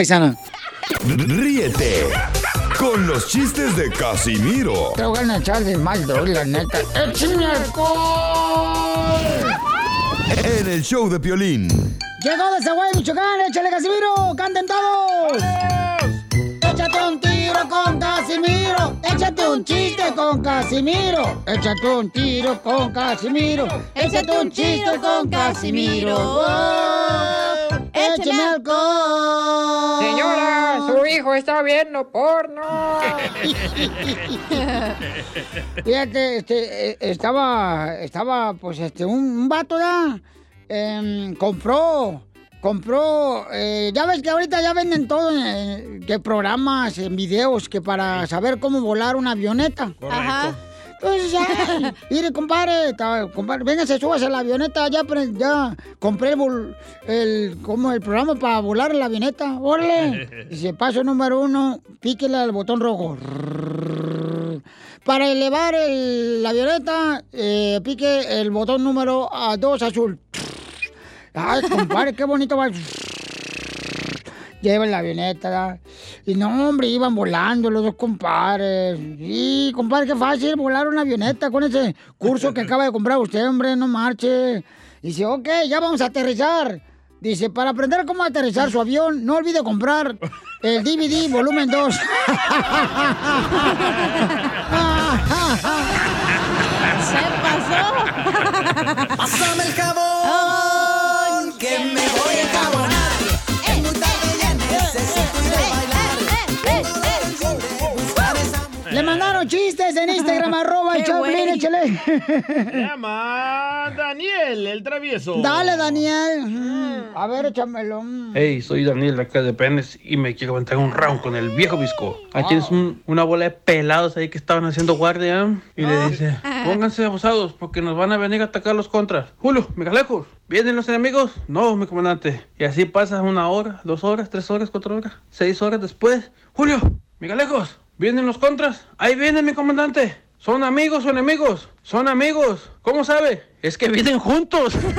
Speaker 4: Ríete con los chistes de Casimiro
Speaker 2: Te voy a echar de mal, la neta. ¡Échame
Speaker 4: en el show de violín.
Speaker 2: Llegó de Zaguay, Michoacán, échale Casimiro, canten todos. Échate un tiro con Casimiro, échate un chiste con Casimiro, échate un tiro con Casimiro, échate un chiste con Casimiro. ¡Wow! ¡Échame alcohol!
Speaker 19: Señora, su hijo está viendo porno.
Speaker 2: Fíjate, este, eh, estaba, estaba, pues, este, un, un vato ya em, compró, compró, eh, ya ves que ahorita ya venden todo, eh, que programas, en videos, que para saber cómo volar una avioneta.
Speaker 1: Ajá.
Speaker 2: Entonces ya, mire, compadre, ta- compadre, véngase, súbase a la avioneta, ya, pre- ya compré el, vol- el- como el programa para volar la avioneta, órale. Dice, paso número uno, píquele al botón rojo. Para elevar el- la avioneta, eh, pique el botón número 2 azul. Ay, compadre, qué bonito va. Llevan la avioneta. ¿da? Y no, hombre, iban volando los dos compadres. Sí, compadre, qué fácil volar una avioneta con ese curso que acaba de comprar usted, hombre, no marche. Dice, ok, ya vamos a aterrizar. Dice, para aprender cómo aterrizar su avión, no olvide comprar el DVD volumen 2.
Speaker 1: Se pasó. Pásame el jabón. Que me voy a jabonar. Es muy tarde, ya necesito ir a bailar. Buscar esa mujer.
Speaker 2: Le mandaron chistes en Instagram, arroba el
Speaker 3: Qué
Speaker 2: Chaplin,
Speaker 3: güey.
Speaker 2: échale.
Speaker 3: Llama Daniel, el travieso.
Speaker 2: Dale, Daniel. Mm, A ver, échamelo. Mm.
Speaker 20: Hey, soy Daniel de acá de Penes y me quiero aventar un round con el viejo Visco. Ahí tienes un- una bola de pelados ahí que estaban haciendo guardia ¿eh? y le dice, pónganse abusados porque nos van a venir a atacar los contras. Julio, Megalejos, ¿vienen los enemigos? No, mi comandante. Y así pasa una hora, dos horas, tres horas, cuatro horas, seis horas después. Julio, Megalejos, ¿vienen los contras? Ahí vienen, mi comandante. ¿Son amigos o enemigos? Son amigos. ¿Cómo sabe? Es que vienen juntos.
Speaker 9: Pásame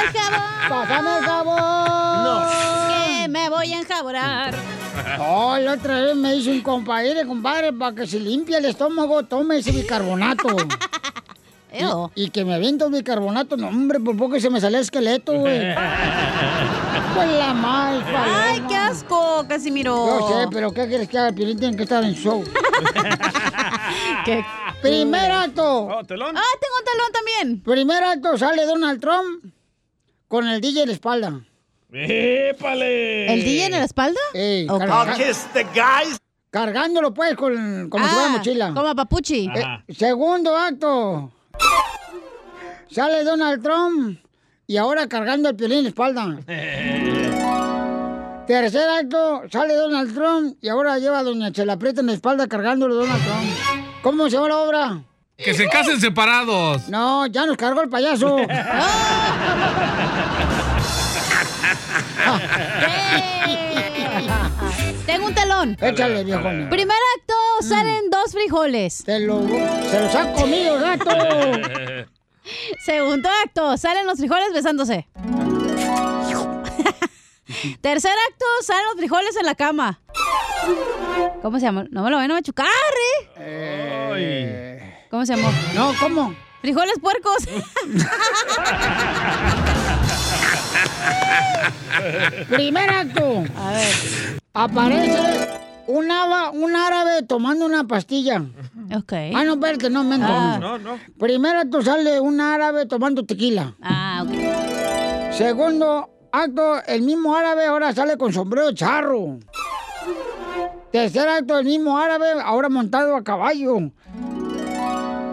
Speaker 9: el jabón.
Speaker 2: Pásame el jabón. No.
Speaker 9: Que me voy a enjabonar.
Speaker 2: Oh, la otra vez me hizo un compadre, compadre, para que se limpie el estómago, tome ese bicarbonato.
Speaker 9: Ew.
Speaker 2: Y, y que me aviento el bicarbonato, no, hombre, por poco se me sale el esqueleto, güey. Pues la mal,
Speaker 9: Ay, qué asco, Casimiro.
Speaker 2: Yo sé, pero ¿qué quieres que haga? El Piolín tiene que estar en show. Primer acto.
Speaker 3: telón.
Speaker 9: Ah, tengo un telón también.
Speaker 2: Primer acto sale Donald Trump Con el DJ en la espalda.
Speaker 3: ¡Épale!
Speaker 9: ¿El DJ en la espalda?
Speaker 2: Ey,
Speaker 9: Ok.
Speaker 2: carga-
Speaker 3: the guys.
Speaker 2: Cargándolo pues con, como si
Speaker 9: Ah,
Speaker 2: fuera mochila.
Speaker 9: como a papuchi.
Speaker 2: Eh,
Speaker 9: Ajá.
Speaker 2: segundo acto. Sale Donald Trump y ahora cargando el piolín en la espalda. Tercer acto, sale Donald Trump y ahora lleva a Doña Chela Prieta en la espalda cargándolo Donald Trump. ¿Cómo se llama la obra?
Speaker 21: Que se casen separados.
Speaker 2: No, ya nos cargó el payaso.
Speaker 9: Tengo un telón.
Speaker 2: Échale, viejona.
Speaker 9: Primer acto, salen dos frijoles.
Speaker 2: se los ha comido, gato.
Speaker 9: Segundo acto, salen los frijoles besándose. Tercer acto, salen los frijoles en la cama. ¿Cómo se llama? No me lo van a machucar, ¿eh? ¿Cómo se llamó?
Speaker 2: No, ¿cómo?
Speaker 9: Frijoles puercos.
Speaker 2: Primer acto. A ver. Aparece un, aba- un árabe tomando una pastilla.
Speaker 9: Ok.
Speaker 2: Ah, no, espérate, no, mento.
Speaker 9: Ah.
Speaker 3: No, no.
Speaker 2: Primer acto sale un árabe tomando tequila.
Speaker 9: Ah,
Speaker 2: ok. Segundo acto, el mismo árabe ahora sale con sombrero charro. Tercer acto, el mismo árabe ahora montado a caballo.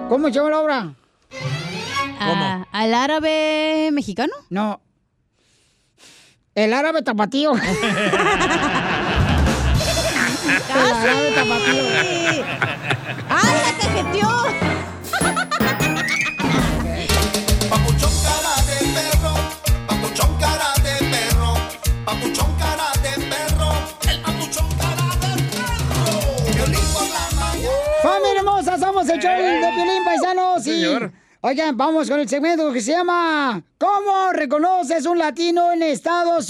Speaker 2: ¿Cómo se llama la obra?
Speaker 9: Ah, ¿Al árabe mexicano?
Speaker 2: No. El árabe tapatío.
Speaker 9: ¡Ah, la cajeteó!
Speaker 1: Papuchón cara de perro, papuchón cara de perro, el papuchón cara de perro. Violín por la mañana.
Speaker 2: ¡Familia hermosa! Somos el show
Speaker 9: Eh.
Speaker 2: de Piolín Paisanos y...
Speaker 1: Señor.
Speaker 2: Oigan, vamos con el segmento que se llama ¿Cómo reconoces un latino en Estados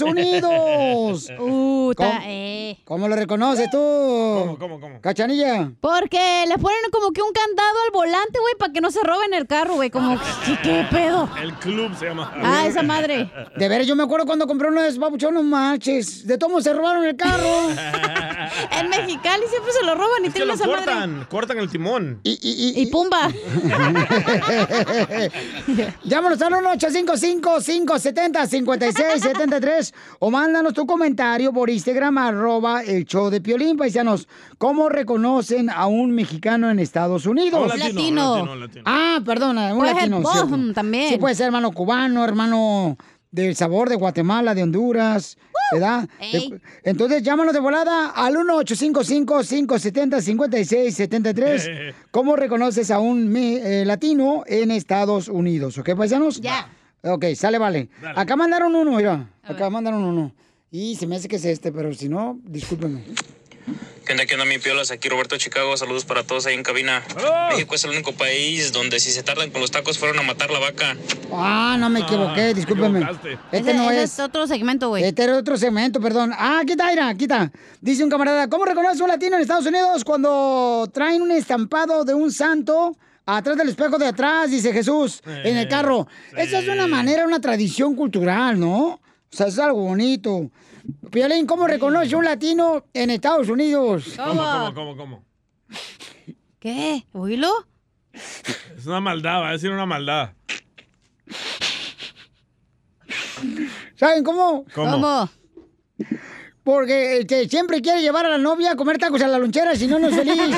Speaker 2: Unidos?
Speaker 9: Uh, ta-
Speaker 2: ¿Cómo,
Speaker 9: eh.
Speaker 2: cómo lo reconoces tú? ¿Cómo,
Speaker 3: cómo, cómo?
Speaker 2: Cachanilla.
Speaker 9: Porque le ponen como que un candado al volante, güey, para que no se roben el carro, güey. Como, ¿qué, qué pedo?
Speaker 3: El club se llama.
Speaker 9: Ah, esa madre.
Speaker 2: De veras, yo me acuerdo cuando compré uno de esos babuchones, no manches. De todos se robaron el carro. Ah,
Speaker 9: En Mexicali siempre se lo roban y
Speaker 3: Es que
Speaker 9: tienen
Speaker 3: lo
Speaker 9: esa madre.
Speaker 3: cortan, cortan el timón.
Speaker 2: Y, y,
Speaker 9: pumba.
Speaker 2: Llámanos al 1-855-570-5673 o mándanos tu comentario por Instagram, arroba el show de Piolín, paisanos. ¿Cómo reconocen a un mexicano en Estados Unidos?
Speaker 9: A un latino, Latino. un latino, un latino.
Speaker 2: Ah, perdona, un
Speaker 9: Puede ser
Speaker 2: latino.
Speaker 9: Bohm
Speaker 2: cierto.
Speaker 9: también.
Speaker 2: Sí, puede ser hermano cubano, hermano del sabor de Guatemala, de Honduras, ¿verdad?
Speaker 9: Ey.
Speaker 2: Entonces, llámanos de volada al 1-855-570-5673. ¿Cómo reconoces a un me- eh, latino en Estados Unidos? ¿Ok, paisanos? Ya. Ok, sale, vale.
Speaker 1: Dale.
Speaker 2: Acá mandaron uno, mira. Acá mandaron uno. Y se me hace que es este, pero si no, discúlpeme.
Speaker 22: ¿Qué onda, qué onda, mi piolas? Aquí Roberto de Chicago. Saludos para todos ahí en cabina. México es el único país donde si se tardan con los tacos fueron a matar la vaca.
Speaker 2: Ah, no me equivoqué, discúlpeme. Este
Speaker 9: Ese-
Speaker 2: no
Speaker 9: ese
Speaker 2: es.
Speaker 9: es otro segmento, güey.
Speaker 2: Este era otro segmento, perdón. Ah, quita, mira, quita. Dice un camarada, ¿cómo reconoce un latino en Estados Unidos cuando traen un estampado de un santo atrás del espejo de atrás, dice Jesús, en
Speaker 3: Eh,
Speaker 2: el carro? Esa es una manera, una tradición cultural, ¿no? O sea, es algo bonito. Piolín, ¿cómo reconoce un latino en Estados Unidos?
Speaker 3: ¿Cómo, cómo, cómo, cómo?
Speaker 9: ¿Qué? ¿Oílo?
Speaker 3: Es una maldad, va a decir una maldad.
Speaker 2: ¿Saben cómo?
Speaker 3: ¿Cómo? ¿Cómo?
Speaker 2: Porque este, siempre quiere llevar a la novia a comer tacos a la lonchera, si no, no es feliz.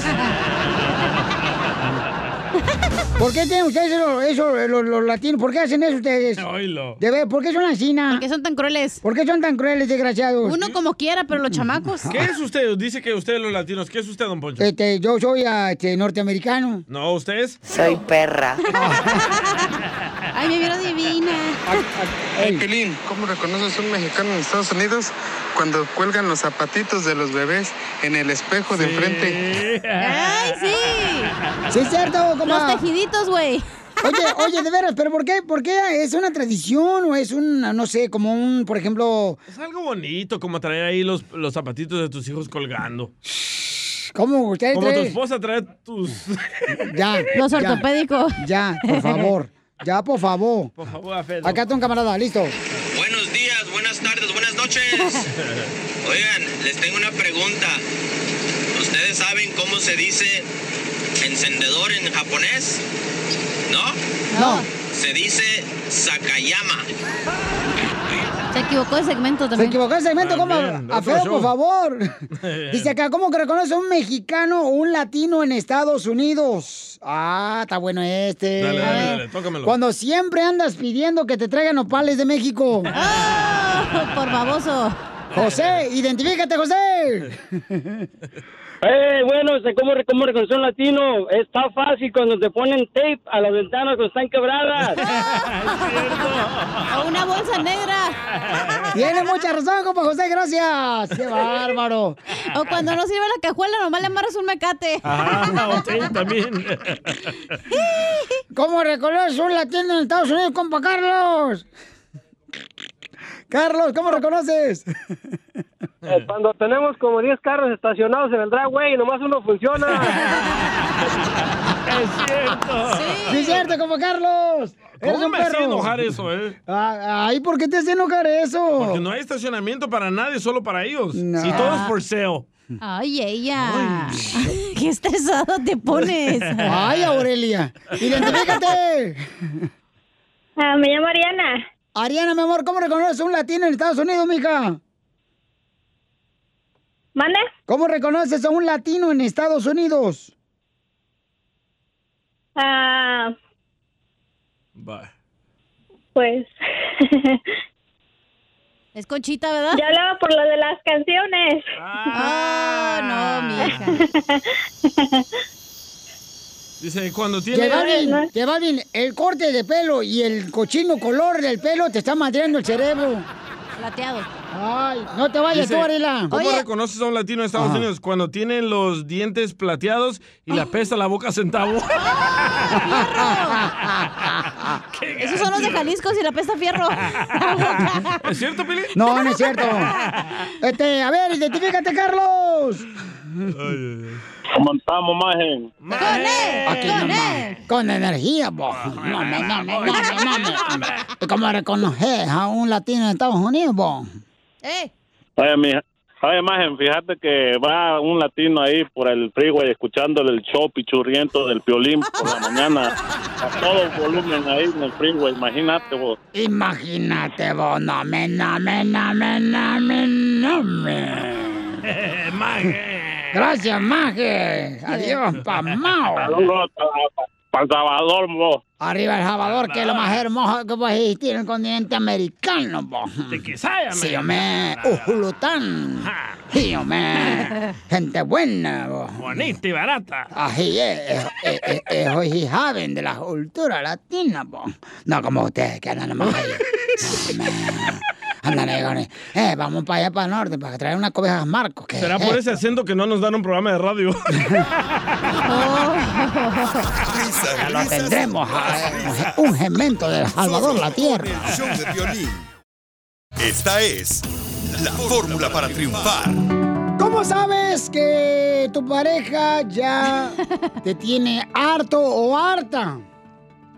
Speaker 2: ¿Por qué tienen ustedes eso, eso, eh, los, los latinos? ¿Por qué hacen eso ustedes?
Speaker 3: Oílo.
Speaker 2: De ver, ¿por qué son así, na? ¿Por qué
Speaker 9: son tan crueles?
Speaker 2: ¿Por qué son tan crueles, desgraciados?
Speaker 9: Uno como quiera, pero los
Speaker 2: Pues
Speaker 9: chamacos.
Speaker 3: ¿Qué es usted? Dice que usted los latinos. ¿Qué es usted, don Poncho?
Speaker 2: Este, yo soy ah, este, norteamericano.
Speaker 3: No, ¿usted es?
Speaker 2: Soy perra.
Speaker 9: Ay, me vieron divina.
Speaker 23: Hey, Piolín, ¿cómo reconoces un mexicano en Estados Unidos cuando cuelgan los zapatitos de los bebés en el espejo de enfrente?
Speaker 9: ¡Ay, sí!
Speaker 2: Sí, es cierto, compa.
Speaker 9: Los tejiditos, güey.
Speaker 2: Oye, oye, de veras, ¿pero por qué? ¿Por qué es una tradición o es un, no sé, como un, por ejemplo,
Speaker 3: Es algo bonito, como traer ahí los, los zapatitos de tus hijos colgando.
Speaker 2: ¿cómo ustedes
Speaker 3: Como tu
Speaker 2: traen-
Speaker 3: esposa trae tus...
Speaker 2: Ya.
Speaker 3: Los
Speaker 2: ya.
Speaker 3: ortopédicos.
Speaker 2: Ya, por favor. Ya, por favor.
Speaker 3: Por favor, Afe,
Speaker 2: Acá está un camarada, listo.
Speaker 24: Buenos días, buenas tardes, buenas noches. Oigan, les tengo una pregunta. ¿Ustedes saben cómo se dice encendedor en japonés? ¿No?
Speaker 2: No.
Speaker 24: Se dice sakayama.
Speaker 9: Se equivocó el segmento
Speaker 2: Se
Speaker 9: también.
Speaker 2: equivocó el segmento, compa.
Speaker 9: También,
Speaker 2: A
Speaker 9: otro
Speaker 2: feo,
Speaker 9: show.
Speaker 2: por favor. Dice acá, ¿cómo que reconoce un mexicano o un latino en Estados Unidos? Ah, está bueno este.
Speaker 1: Dale, dale,
Speaker 2: A ver.
Speaker 1: dale, tócamelo.
Speaker 2: Cuando siempre andas pidiendo que te traigan nopales de México.
Speaker 9: Ah,
Speaker 2: por baboso. José, identifícate, José.
Speaker 6: Eh, bueno, este, ¿cómo, re- ¿cómo reconocer un latino? Está fácil cuando te ponen tape a las ventanas cuando están quebradas.
Speaker 9: A una bolsa negra.
Speaker 2: Tiene mucha razón, compa José, gracias. Qué bárbaro.
Speaker 9: O cuando no sirve la cajuela, nomás le amarras un mecate.
Speaker 3: Ah, ok, también.
Speaker 2: ¿Cómo reconoces un latino en Estados Unidos, compa Carlos? Carlos, ¿cómo reconoces?
Speaker 6: Eh, cuando tenemos como 10 carros estacionados en el driveway y nomás uno funciona.
Speaker 2: Es cierto. Sí, es cierto, compa Carlos.
Speaker 3: ¿Cómo
Speaker 2: Eres un
Speaker 3: me hacía
Speaker 2: perro.
Speaker 3: enojar eso, eh?
Speaker 2: Ah, Ay, ¿por qué te hace enojar eso?
Speaker 3: Porque no hay estacionamiento para nadie, solo para ellos.
Speaker 2: No.
Speaker 3: Y todo es por sale.
Speaker 9: Ay, ella. Qué estresado te pones.
Speaker 2: Ay, Aurelia. Identifícate. Ah, me llamo Ariana. Ariana, mi amor, ¿cómo reconoces un latino en Estados Unidos, mija? ¿Mande? ¿Cómo reconoces a un latino en Estados Unidos?
Speaker 12: Ah, pues.
Speaker 9: Es Conchita, ¿verdad?
Speaker 12: Ya hablaba por lo de las canciones.
Speaker 9: Ah, no, mija.
Speaker 3: Dice, cuando tiene.
Speaker 2: Que va bien, que va bien. El corte de pelo y el cochino color del pelo te está madreando el cerebro.
Speaker 9: Plateado.
Speaker 2: Ay, no te vayas
Speaker 3: Dice,
Speaker 2: tú, Ariela.
Speaker 3: ¿Cómo reconoces a un latino en Estados Unidos cuando tiene los dientes plateados y
Speaker 2: Ah.
Speaker 3: le apesta la boca a centavo?
Speaker 9: Esos son los de Jalisco si la pesta fierro.
Speaker 3: ¿Es cierto, Pili?
Speaker 2: No, no es cierto. Este, a ver, identifícate, Carlos.
Speaker 24: ¿Cómo estamos, maje?
Speaker 2: Aquí nomás, Con energía, vos. No, me, no, me, no, me, no, me. ¿Cómo reconoces a un latino en Estados Unidos, vos?
Speaker 24: Oye, mija- Oye, maje, fíjate que va un latino ahí por el freeway escuchándole el show pichurriento del piolín por la mañana a todo volumen ahí en el freeway, imagínate vos.
Speaker 2: Imagínate vos, no me, no me, no me, no me, no me. Gracias, Maje. Adiós, pamao.
Speaker 24: Saludos para El Salvador, vos.
Speaker 2: Arriba el Salvador, que es lo más hermoso que puede existir en el continente americano, vos.
Speaker 24: De Quesaya,
Speaker 2: Sí,
Speaker 24: man.
Speaker 2: hombre. Ujulután. Sí, hombre. Gente buena, vos.
Speaker 3: Bonita y barata.
Speaker 2: Así es, es, es, es, es eh, hoy saben de la cultura latina, po. No como ustedes que andan nomás ahí. Andan ahí con el- Eh, vamos para allá, para el norte, para traer unas cobejas Marcos. que-
Speaker 3: Será por
Speaker 2: eh.
Speaker 3: ese acento que no nos dan un programa de radio.
Speaker 2: Ya lo tendremos, ah, un gemento del Salvador, la tierra.
Speaker 4: Show de violín. Esta es la fórmula para triunfar.
Speaker 2: ¿Cómo sabes que tu pareja ya te tiene harto o harta?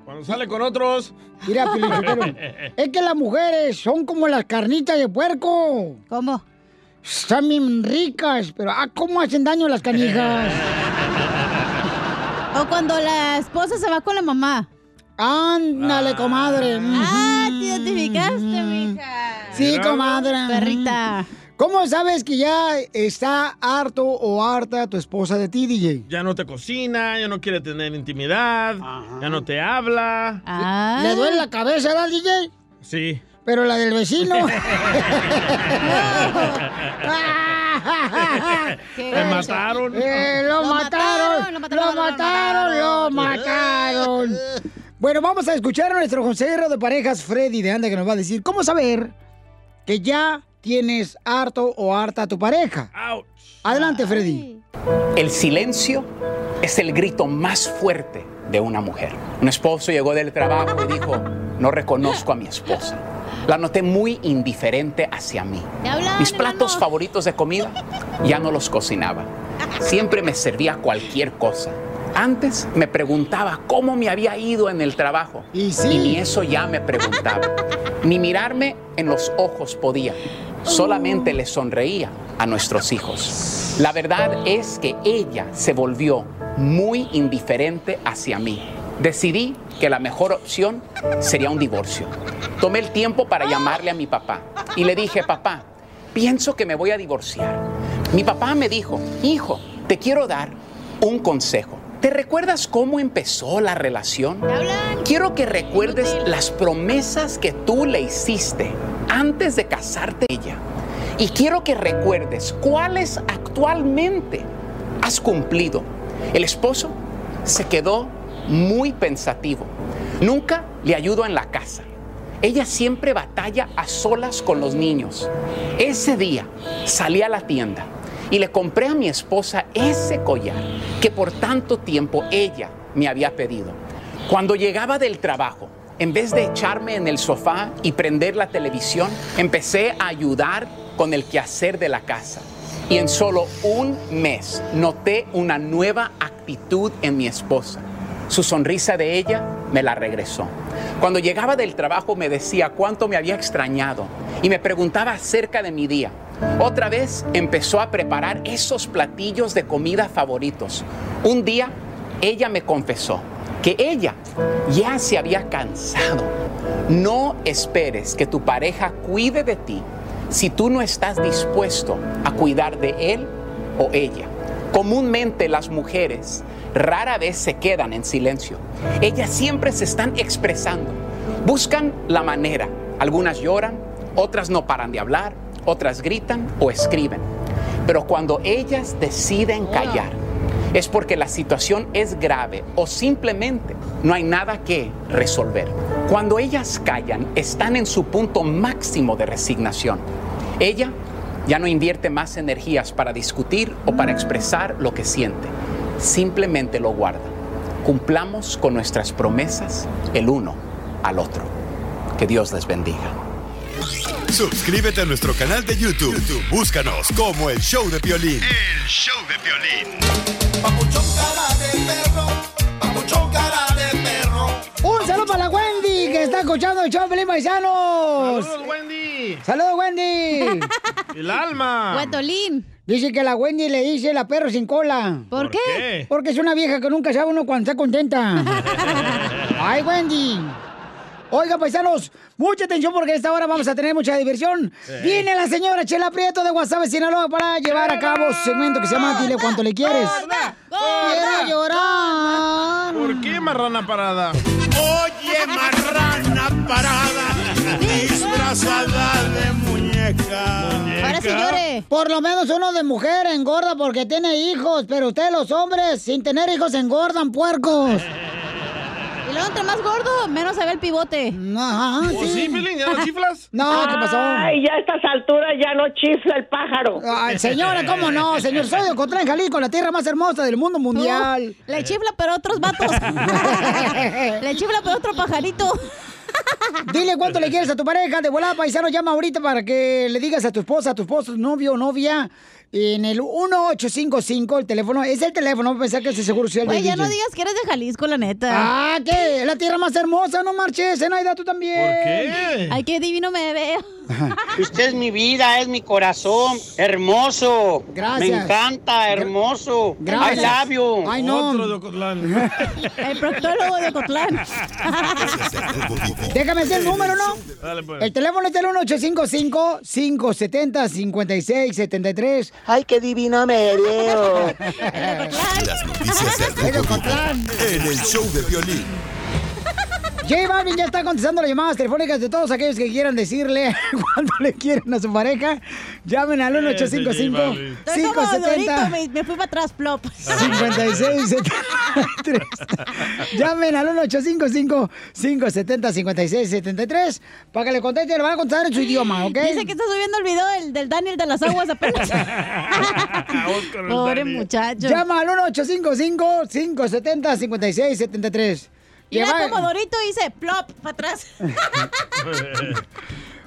Speaker 3: Cuando sale con otros.
Speaker 2: Mira, Piolín Sotelo, es que las mujeres son como las carnitas de puerco.
Speaker 9: ¿Cómo?
Speaker 2: Están bien ricas, pero ah, ¿cómo hacen daño las canijas?
Speaker 9: O cuando la esposa se va con la mamá.
Speaker 2: Ándale, comadre.
Speaker 9: Ah, te identificaste, mija.
Speaker 2: Sí, comadre.
Speaker 9: Perrita.
Speaker 2: ¿Cómo sabes que ya está harto o harta tu esposa de ti, DJ?
Speaker 3: Ya no te cocina, ya no quiere tener intimidad, ya no te habla.
Speaker 2: Ah.
Speaker 9: Ah.
Speaker 2: ¿Le duele la cabeza, ¿verdad, DJ?
Speaker 3: Sí.
Speaker 2: Pero la del vecino.
Speaker 3: Te
Speaker 2: Eh,
Speaker 3: mataron.
Speaker 2: eh, lo, mataron, lo mataron, lo mataron. Bueno, vamos a escuchar a nuestro consejero de parejas, Freddy de Anda, que nos va a decir cómo saber que ya tienes harto o harta a tu pareja. Adelante, Freddy.
Speaker 7: El silencio es el grito más fuerte de una mujer. Un esposo llegó del trabajo y dijo, no reconozco a mi esposa. La noté muy indiferente hacia mí. Mis platos favoritos de comida ya no los cocinaba. Siempre me servía cualquier cosa. Antes me preguntaba cómo me había ido en el trabajo. Y, ni eso ya me preguntaba. Ni mirarme en los ojos podía. Solamente le sonreía a nuestros hijos. La verdad es que ella se volvió muy indiferente hacia mí. Decidí que la mejor opción sería un divorcio. Tomé el tiempo para llamarle a mi papá y le dije, papá, pienso que me voy a divorciar. Mi papá me dijo, hijo, te quiero dar un consejo. ¿Te recuerdas cómo empezó la relación? Quiero que recuerdes las promesas que tú le hiciste antes de casarte con ella. Y quiero que recuerdes cuáles actualmente has cumplido. El esposo se quedó muy pensativo. Nunca le ayudó en la casa. Ella siempre batalla a solas con los niños. Ese día salí a la tienda y le compré a mi esposa ese collar que por tanto tiempo ella me había pedido. Cuando llegaba del trabajo, en vez de echarme en el sofá y prender la televisión, empecé a ayudar con el quehacer de la casa. Y en solo un mes noté una nueva actitud en mi esposa. Su sonrisa de ella me la regresó. Cuando llegaba del trabajo me decía cuánto me había extrañado y me preguntaba acerca de mi día. Otra vez empezó a preparar esos platillos de comida favoritos. Un día ella me confesó que ella ya se había cansado. No esperes que tu pareja cuide de ti si tú no estás dispuesto a cuidar de él o ella. Comúnmente las mujeres rara vez se quedan en silencio. Ellas siempre se están expresando. Buscan la manera. Algunas lloran, otras no paran de hablar, otras gritan o escriben. Pero cuando ellas deciden callar, es porque la situación es grave o simplemente no hay nada que resolver. Cuando ellas callan, están en su punto máximo de resignación. Ella ya no invierte más energías para discutir o para expresar lo que siente. Simplemente lo guarda. Cumplamos con nuestras promesas el uno al otro. Que Dios les bendiga.
Speaker 4: Suscríbete a nuestro canal de YouTube. YouTube, Búscanos como el show de Piolín.
Speaker 1: El show de violín. Papuchón cara de perro, papuchón cara de perro.
Speaker 2: Un saludo para la Wendy que está escuchando el show de Pelín Paisanos.
Speaker 3: Saludos, Wendy.
Speaker 2: Saludos, Wendy.
Speaker 3: El alma.
Speaker 2: Guatolín. Dice que la Wendy le dice la perro sin cola.
Speaker 3: ¿Por ¿Por qué? qué?
Speaker 2: Porque es una vieja que nunca sabe uno cuando está contenta. Ay, Wendy. Oiga, paisanos, mucha atención porque a esta hora vamos a tener mucha diversión.
Speaker 1: Sí.
Speaker 2: Viene la señora Chela Prieto de WhatsApp Sinaloa para llevar a cabo su segmento que se llama Dile cuánto le quieres. Quiero llorar.
Speaker 3: ¿Por qué, marrana parada?
Speaker 1: Oye, marrana parada, disfrazada de muñeca.
Speaker 2: Ahora sí llore. Por lo menos uno de mujer engorda porque tiene hijos, pero ustedes los hombres sin tener hijos engordan puercos.
Speaker 9: Y luego entre más gordo, menos se ve el pivote.
Speaker 2: No,
Speaker 3: ¿O sí, Pelín? ¿Ya no chiflas?
Speaker 2: No, ¿qué pasó?
Speaker 10: Ay, ya a estas alturas ya no chifla el pájaro.
Speaker 2: Ay, señora, ¿cómo no? Señor, soy de Ocotlán, Jalisco, la tierra más hermosa del mundo mundial.
Speaker 9: Le chifla pero otros vatos. Le chifla pero otro pajarito.
Speaker 2: Dile cuánto le quieres a tu pareja. De volada, paisano, llama ahorita para que le digas a tu esposa, a tu esposo, novio o novia. En el 1855, el teléfono. Es el teléfono, pensar que ese seguro social de
Speaker 9: Güey, ya no
Speaker 2: DJ.
Speaker 9: digas que eres de Jalisco, la neta.
Speaker 2: Ah, ¿qué? Es La tierra más hermosa, no marches. Zenaida, tú también.
Speaker 9: Ay, qué divino me veo.
Speaker 25: Usted es mi vida, es mi corazón, hermoso.
Speaker 2: Gracias.
Speaker 25: Me encanta, hermoso.
Speaker 2: Gracias.
Speaker 25: Hay labio.
Speaker 2: Ay, no. Otro de
Speaker 25: El
Speaker 2: proctólogo de Ocotlán. Déjame decir el número, ¿no?
Speaker 1: Dale, pues.
Speaker 2: El teléfono es el 1855-570-5673.
Speaker 25: Ay, qué divino me veo.
Speaker 4: Las noticias del
Speaker 2: Ay, de
Speaker 4: Rojo
Speaker 2: Ocotlán.
Speaker 4: Vivo en el show de violín.
Speaker 2: J Balvin ya está contestando las llamadas telefónicas de todos aquellos que quieran decirle cuánto le quieren a su pareja. Llamen al
Speaker 1: Ese J Balvin.
Speaker 9: Estoy como Dorito,
Speaker 2: 1-855-570.
Speaker 9: me, me fui para atrás, plop.
Speaker 2: 5673. Llamen al 1-855-570-5673 para que le conteste, le van a contestar en su idioma, ¿ok?
Speaker 9: Dice que está subiendo el video del, del Daniel de las aguas apenas. Pobre muchacho.
Speaker 2: Llama al 1-855-570-5673.
Speaker 9: Y
Speaker 2: Le va-
Speaker 9: era como Dorito dice, plop, para atrás.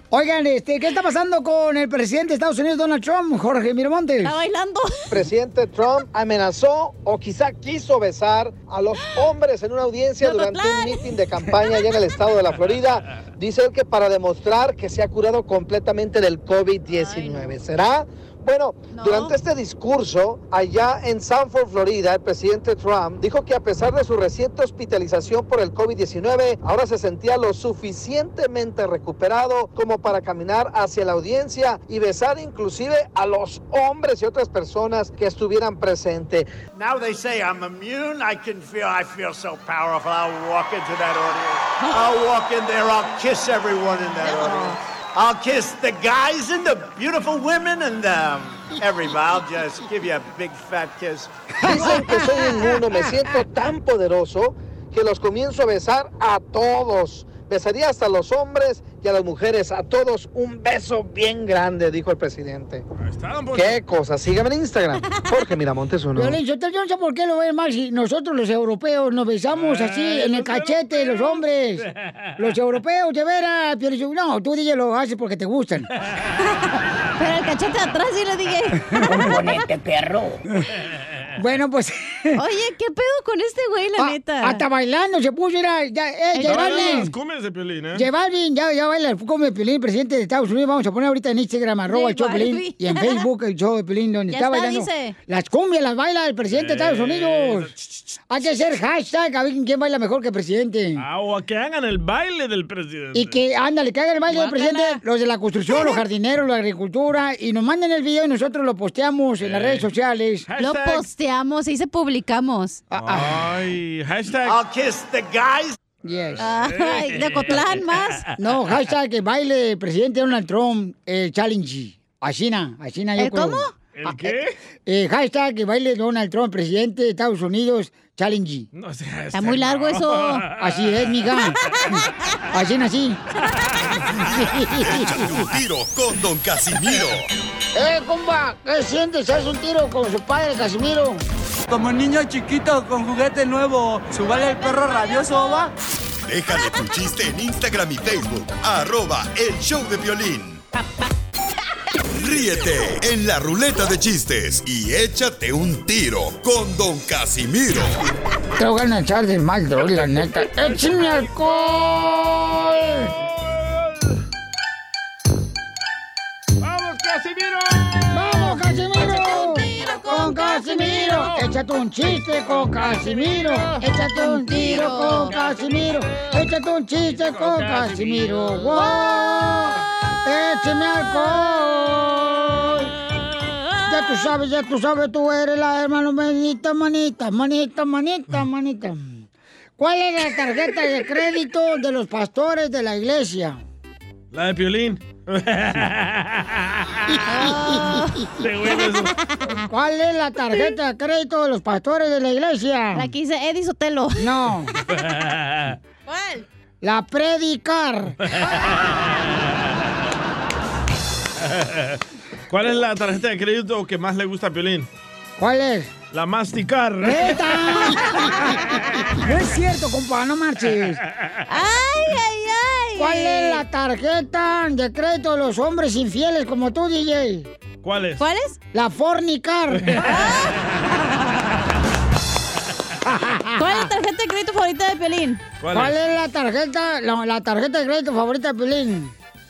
Speaker 2: Oigan, este, ¿qué está pasando con el presidente de Estados Unidos, Donald Trump, Jorge Miramontes? Está
Speaker 9: bailando.
Speaker 5: presidente Trump amenazó o quizá quiso besar a los hombres en una audiencia durante un mitin de campaña allá en el estado de la Florida. Dice él que para demostrar que se ha curado completamente del COVID-19. ¿Será? Bueno, durante este discurso, allá en Sanford, Florida, el presidente Trump dijo que a pesar de su reciente hospitalización por el COVID-19, ahora se sentía lo suficientemente recuperado como para caminar hacia la audiencia y besar inclusive a los hombres y otras personas que estuvieran presentes.
Speaker 11: Now they say I'm immune. I can feel, I feel so powerful. I'll walk into that audience. I'll walk in there. I'll kiss everyone in that audience. I'll kiss the guys and the beautiful women and um, everybody. I'll just give you a big fat kiss.
Speaker 5: Dicen que soy inmuno, me siento tan poderoso que los comienzo a besar a todos. Besaría hasta a los hombres y a las mujeres, a todos un beso bien grande, dijo el presidente. Qué cosa, sígame en Instagram, Jorge Miramontes uno.
Speaker 2: Violín, yo, te- yo no sé por qué lo ven mal si nosotros los europeos nos besamos así en el cachete los hombres. Los europeos, de veras, Piolín, yo- No, tú DJ lo haces porque te gustan. Pero el cachete atrás sí lo dije.
Speaker 1: Componente,
Speaker 2: perro. Bueno, pues. Oye, ¿qué pedo con este güey, la neta? Hasta bailando se puso, era. Ya, eh,
Speaker 3: Está bailando
Speaker 2: llevarle.
Speaker 3: las cumbias de Piolín, ¿eh?
Speaker 2: J Balvin, ya, ya baila el come Pelín, presidente de Estados Unidos. Vamos a poner ahorita en Instagram, arroba el show de Piolín,
Speaker 3: Balvin.
Speaker 2: y en Facebook el show de Pelín, donde
Speaker 9: Ya
Speaker 2: está,
Speaker 9: está,
Speaker 2: bailando.
Speaker 9: dice.
Speaker 2: Las cumbias las baila el presidente de Estados Unidos. Hay que hacer hashtag a ver quién baila mejor que el presidente.
Speaker 3: Ah, o a que hagan el baile del presidente.
Speaker 2: Y que, ándale, que hagan el baile del presidente, los de la construcción, los jardineros, la agricultura, y nos manden el video y nosotros lo posteamos en las redes sociales. Ah,
Speaker 9: Lo posteamos y se publicamos.
Speaker 3: Ay, hashtag.
Speaker 11: I'll kiss the guys.
Speaker 2: Yes.
Speaker 9: Ay, de Ocotlán más.
Speaker 2: No, hashtag que baile el presidente Donald Trump, eh, challenge. Asina, Asina yo
Speaker 9: ¿El
Speaker 2: creo.
Speaker 9: cómo?
Speaker 3: ¿El
Speaker 2: Ah,
Speaker 3: qué?
Speaker 2: eh, eh, hashtag que baile Donald Trump, presidente de Estados Unidos, challenge.
Speaker 3: No este seas
Speaker 2: Está muy largo eso. Así es, miga. Así así.
Speaker 4: Échate un tiro con Don Casimiro.
Speaker 2: ¡Eh, compa! ¿Qué sientes? ¿Haz un tiro con su padre, Casimiro?
Speaker 8: Como niño chiquito con juguete nuevo, subale el perro rabioso, va.
Speaker 4: Déjale tu chiste en Instagram y Facebook. Arroba el show de violín. Ríete en la ruleta de chistes y échate un tiro con Don Casimiro.
Speaker 2: Te voy a echar de mal, droga, la neta. ¡Échame alcohol!
Speaker 1: ¡Vamos, Casimiro!
Speaker 2: ¡Vamos, Casimiro!
Speaker 1: con Casimiro.
Speaker 2: Échate un chiste con Casimiro. Échate un tiro con Casimiro. Échate un chiste con Casimiro. ¡Wow! ¡Échame alcohol! Ya tú sabes, ya tú sabes, tú eres la hermano manita, manita, manita, manita, manita. ¿Cuál es la tarjeta de crédito de los pastores de la iglesia?
Speaker 3: La de Piolín. Qué bueno eso.
Speaker 2: ¿Cuál es la tarjeta de crédito de los pastores de la iglesia? La que dice Eddie Sotelo. No,
Speaker 1: ¿Cuál?
Speaker 2: la predicar.
Speaker 3: ¿Cuál es la tarjeta de crédito que más le gusta a Piolín?
Speaker 2: ¿Cuál es?
Speaker 3: La masticar.
Speaker 2: ¡Neta! No es cierto, compa, no marches. ¡Ay, ay, ay! ¿Cuál es la tarjeta de crédito de los hombres infieles como tú, DJ?
Speaker 3: ¿Cuál es?
Speaker 2: es? La fornicar.
Speaker 9: ¿Cuál es la tarjeta de crédito favorita de Pelín?
Speaker 2: ¿Cuál, es? la tarjeta, la, la tarjeta de crédito favorita de Pelín?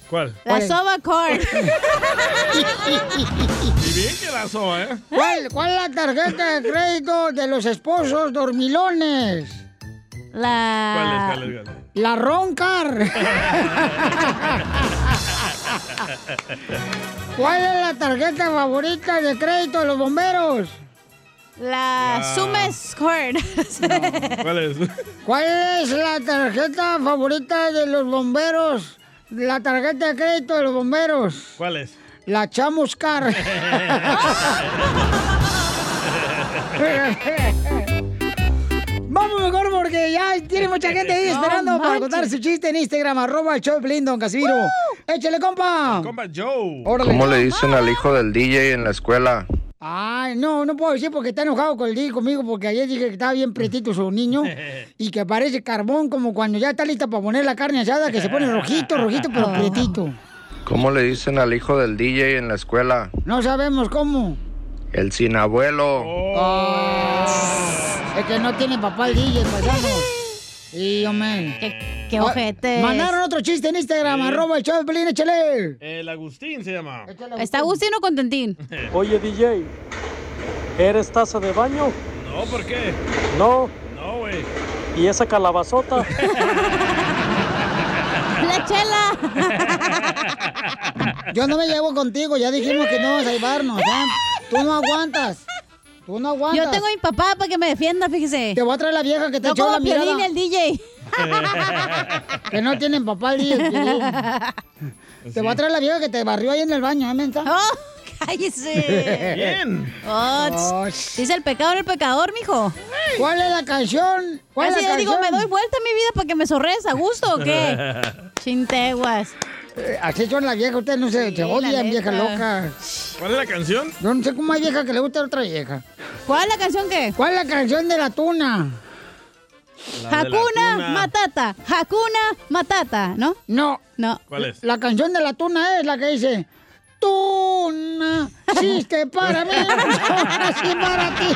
Speaker 3: ¿Cuál?
Speaker 2: ¿Cuál
Speaker 9: La
Speaker 2: es?
Speaker 9: Sova Card.
Speaker 3: Y bien que la soba, ¿eh?
Speaker 2: ¿Cuál, ¿Cuál es la tarjeta de crédito de los esposos dormilones? La...
Speaker 3: ¿Cuál es? ¿Cuál es? ¿Cuál
Speaker 2: La roncar. ¿Cuál es la tarjeta favorita de crédito de los bomberos? La
Speaker 3: Ah.
Speaker 2: Sumes
Speaker 3: es? ¿Cuál es?
Speaker 2: ¿Cuál es la tarjeta favorita de los bomberos? La tarjeta de crédito de los bomberos.
Speaker 3: ¿Cuál es?
Speaker 2: La chamuscar. Vamos mejor porque ya tiene mucha gente ahí
Speaker 1: Este No
Speaker 2: esperando para
Speaker 1: manches.
Speaker 2: contar su chiste en Instagram, arroba el show de Piolín, don Casimiro. ¡Échale, compa!
Speaker 3: compa Joe.
Speaker 2: Órale.
Speaker 26: ¿Cómo le dicen al hijo del DJ en la escuela?
Speaker 2: Ay, no, no puedo decir porque está enojado con el día conmigo porque ayer dije que estaba bien pretito su niño y que parece carbón como cuando ya está lista para poner la carne asada que se pone rojito, rojito, pero pretito.
Speaker 26: ¿Cómo le dicen al hijo del DJ en la escuela?
Speaker 2: No sabemos cómo.
Speaker 26: El sin abuelo.
Speaker 2: Es que no tiene papá el DJ, paisano. Sí, hombre.
Speaker 9: Qué, qué ojete.
Speaker 2: Mandaron otro chiste en Instagram,
Speaker 3: Sí.
Speaker 2: arroba el show de Pelín, échale.
Speaker 3: El Agustín se llama.
Speaker 9: ¿Está Agustín o Contentín?
Speaker 27: Oye, DJ, ¿eres taza de baño?
Speaker 3: No, ¿por qué?
Speaker 27: No.
Speaker 3: No, güey.
Speaker 27: ¿Y esa calabazota?
Speaker 9: ¡La chela!
Speaker 2: Yo no me llevo contigo, ya dijimos que no vamos a llevarnos. ¿ya? Tú no aguantas. Tú no aguantas.
Speaker 9: Yo tengo a mi papá para que me defienda, fíjese.
Speaker 2: Te voy a traer la vieja que te
Speaker 9: no
Speaker 2: echó
Speaker 9: como
Speaker 2: la mirada.
Speaker 9: Piolín, el DJ.
Speaker 2: Que no tienen papá el día del Piolín. Te voy a traer la vieja que te barrió ahí en el baño, ¿eh, menta?
Speaker 9: Oh, ¡Cállese!
Speaker 2: Bien.
Speaker 9: Oh, tss, dice el pecado en el pecador, mijo.
Speaker 2: ¿Cuál es la canción? ¿Cuál es
Speaker 9: Así
Speaker 2: la
Speaker 9: le digo, me
Speaker 2: canción?
Speaker 9: doy vuelta a mi vida para que me zorres a gusto o qué? Chinteguas.
Speaker 2: Eh, Así son las viejas, ustedes no se, se odian, vieja loca.
Speaker 3: ¿Cuál es la canción?
Speaker 2: Yo no sé cómo hay vieja que le gusta a otra vieja. ¿Cuál es la canción qué? ¿Cuál es la canción de la tuna?
Speaker 9: La de la Hakuna tuna. Matata, Hakuna Matata, ¿no?
Speaker 2: No.
Speaker 9: No.
Speaker 3: ¿Cuál es?
Speaker 2: La canción de la tuna es la que dice, tuna, chiste para mí, así para ti.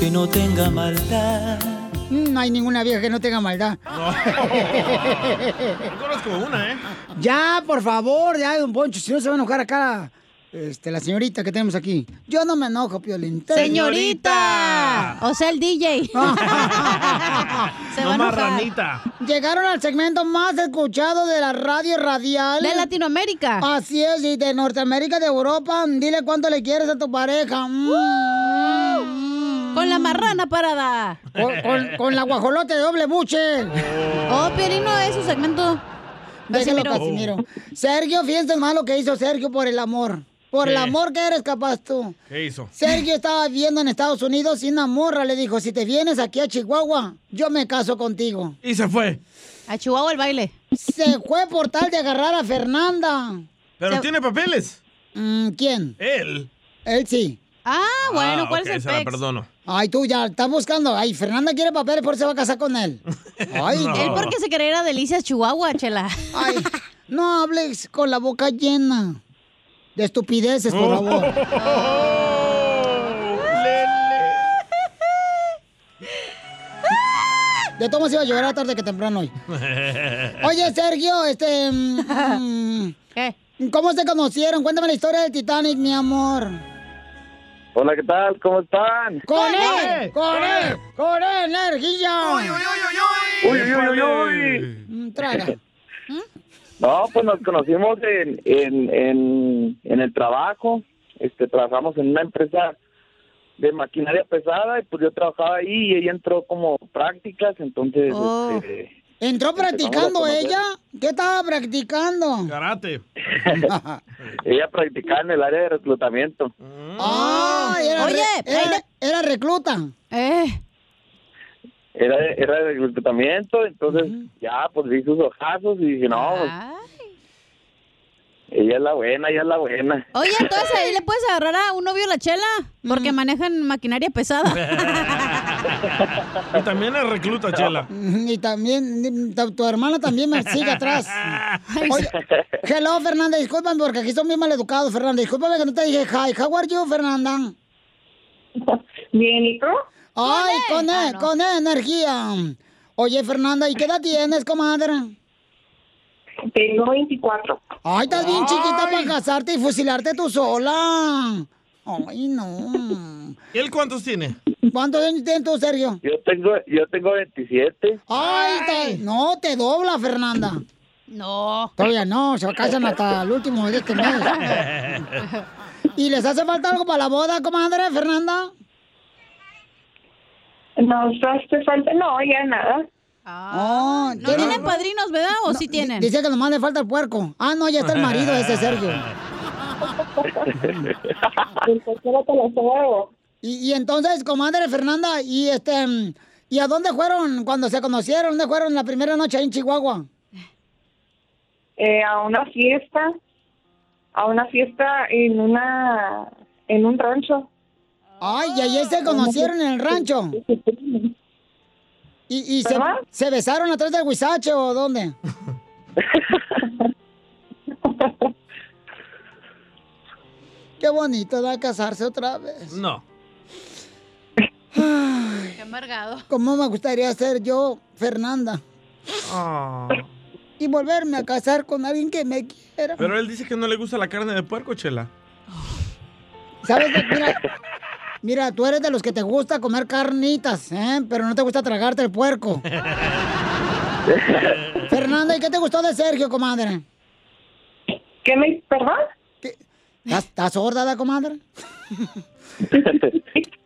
Speaker 16: que no tenga maldad.
Speaker 2: Mm, No hay ninguna vieja que no tenga maldad.
Speaker 3: No. conozco una, ¿eh?
Speaker 2: ya, por favor, ya, don Poncho, si no se va a enojar acá este, la señorita que tenemos aquí. Yo no me enojo, Piolín.
Speaker 9: Señorita. O sea, el DJ.
Speaker 2: Se va a enojar. Llegaron al segmento más escuchado de la radio radial.
Speaker 9: De Latinoamérica.
Speaker 2: Así es, y de Norteamérica, de Europa. Dile cuánto le quieres a tu pareja.
Speaker 9: Mm. Con la marrana parada.
Speaker 2: Mm. Con, con- con la guajolote de doble buche.
Speaker 9: Oh, Piolín no es su segmento.
Speaker 2: Déjalo,
Speaker 9: Casimiro.
Speaker 2: Casimiro. Sergio, fíjense más lo que hizo Sergio por el amor. Por el
Speaker 3: ¿Qué?
Speaker 2: amor que eres capaz tú.
Speaker 3: ¿Qué hizo?
Speaker 2: Sergio estaba viviendo en Estados Unidos y una morra le dijo, si te vienes aquí a Chihuahua, yo me caso contigo.
Speaker 3: Y se fue.
Speaker 2: A Chihuahua el baile. Se fue por tal de agarrar a Fernanda.
Speaker 3: Pero tiene papeles.
Speaker 2: Mm, ¿Quién?
Speaker 3: Él.
Speaker 2: Él sí.
Speaker 9: Ah,
Speaker 3: Ah, ok, se la perdono.
Speaker 2: Ay, tú ya, estás buscando. Ay, Fernanda quiere papeles, por eso se va a casar con él. Ay,
Speaker 3: No.
Speaker 9: Él porque se quería ir a Delicias, Chihuahua, chela.
Speaker 2: Ay, no hables con la boca llena de estupideces,
Speaker 3: Oh.
Speaker 2: por favor. De todo se iba a llorar a tarde que temprano hoy. Oye, Sergio, este... mm, ¿Cómo se conocieron? Cuéntame la historia del Titanic, mi amor.
Speaker 18: Hola, ¿qué tal? ¿Cómo están?
Speaker 2: ¡Con él! ¡Con él! ¡Con él, energía! Mm, ¡Uy,
Speaker 18: Uy, uy, uy, uy, uy.
Speaker 2: Traga.
Speaker 18: No, pues nos conocimos en, en, en, en el trabajo. Este, trabajamos en una empresa de maquinaria pesada y pues yo trabajaba ahí y ella entró como prácticas, entonces
Speaker 2: Oh.
Speaker 18: este,
Speaker 2: ¿Entró practicando
Speaker 18: conocer.
Speaker 2: ella? ¿Qué estaba practicando?
Speaker 18: Karate. ella practicaba en el área de reclutamiento.
Speaker 2: Ay, era,
Speaker 9: Oye,
Speaker 2: re- era, era recluta.
Speaker 9: Eh.
Speaker 18: Era, era de reclutamiento, entonces ya pues vi sus ojazos y dije, no, pues,
Speaker 2: Ah.
Speaker 18: ella es la buena, ella es la buena.
Speaker 9: Oye, entonces ahí le puedes agarrar a un novio la chela
Speaker 2: Mm.
Speaker 9: porque manejan maquinaria pesada.
Speaker 3: Y también es recluta, Chela.
Speaker 2: Y también, tu, tu hermana también me sigue atrás. Oye, hello, Fernanda, discúlpame porque aquí son bien maleducados, Fernanda. Discúlpame que no te dije hi. How are you, Fernanda? Bien, ¿y tú? Ay, con E, con E, energía. Oye, Fernanda, ¿y qué edad tienes, comadre? Tengo 24. Ay, estás bien chiquita para casarte y fusilarte tú sola. Ay, no.
Speaker 3: ¿Y él cuántos tiene?
Speaker 2: ¿Cuántos años tienes tú, Sergio?
Speaker 18: Yo tengo, yo tengo 27.
Speaker 2: Ay, te- no, te dobla, Fernanda.
Speaker 9: No.
Speaker 2: Todavía no, se casan hasta el último de este mes. ¿Y les hace falta algo para la boda, comadre Fernanda?
Speaker 16: No, hace falta, no, ya nada.
Speaker 2: Ah,
Speaker 9: No tienen padrinos, ¿verdad? ¿O sí tienen?
Speaker 2: Dice que nomás le falta el puerco. Ah, no, ya está el marido de ese Sergio. Y, y entonces, comadre Fernanda, y este, mm, ¿y a dónde fueron cuando se conocieron? ¿Dónde fueron la primera noche ahí en Chihuahua?
Speaker 21: eh, a una fiesta, a una fiesta en una en un rancho.
Speaker 2: Ay, y ahí se conocieron en el rancho. ¿Y, y se,
Speaker 21: ¿Perdón?
Speaker 2: se besaron atrás del huizache o dónde? Qué bonito da casarse otra vez.
Speaker 3: No.
Speaker 9: Qué amargado.
Speaker 2: ¿Cómo me gustaría ser yo, Fernanda?
Speaker 3: Ah.
Speaker 2: Y volverme a casar con alguien que me quiera.
Speaker 3: Pero él dice que no le gusta la carne de puerco, Chela.
Speaker 2: ¿Sabes? qué? Mira, mira, tú eres de los que te gusta comer carnitas, ¿eh? Pero no te gusta tragarte el puerco. Fernanda, ¿y qué te gustó de Sergio, comadre?
Speaker 21: ¿Qué me... perdón?
Speaker 2: ¿Estás, estás sorda, la comadre?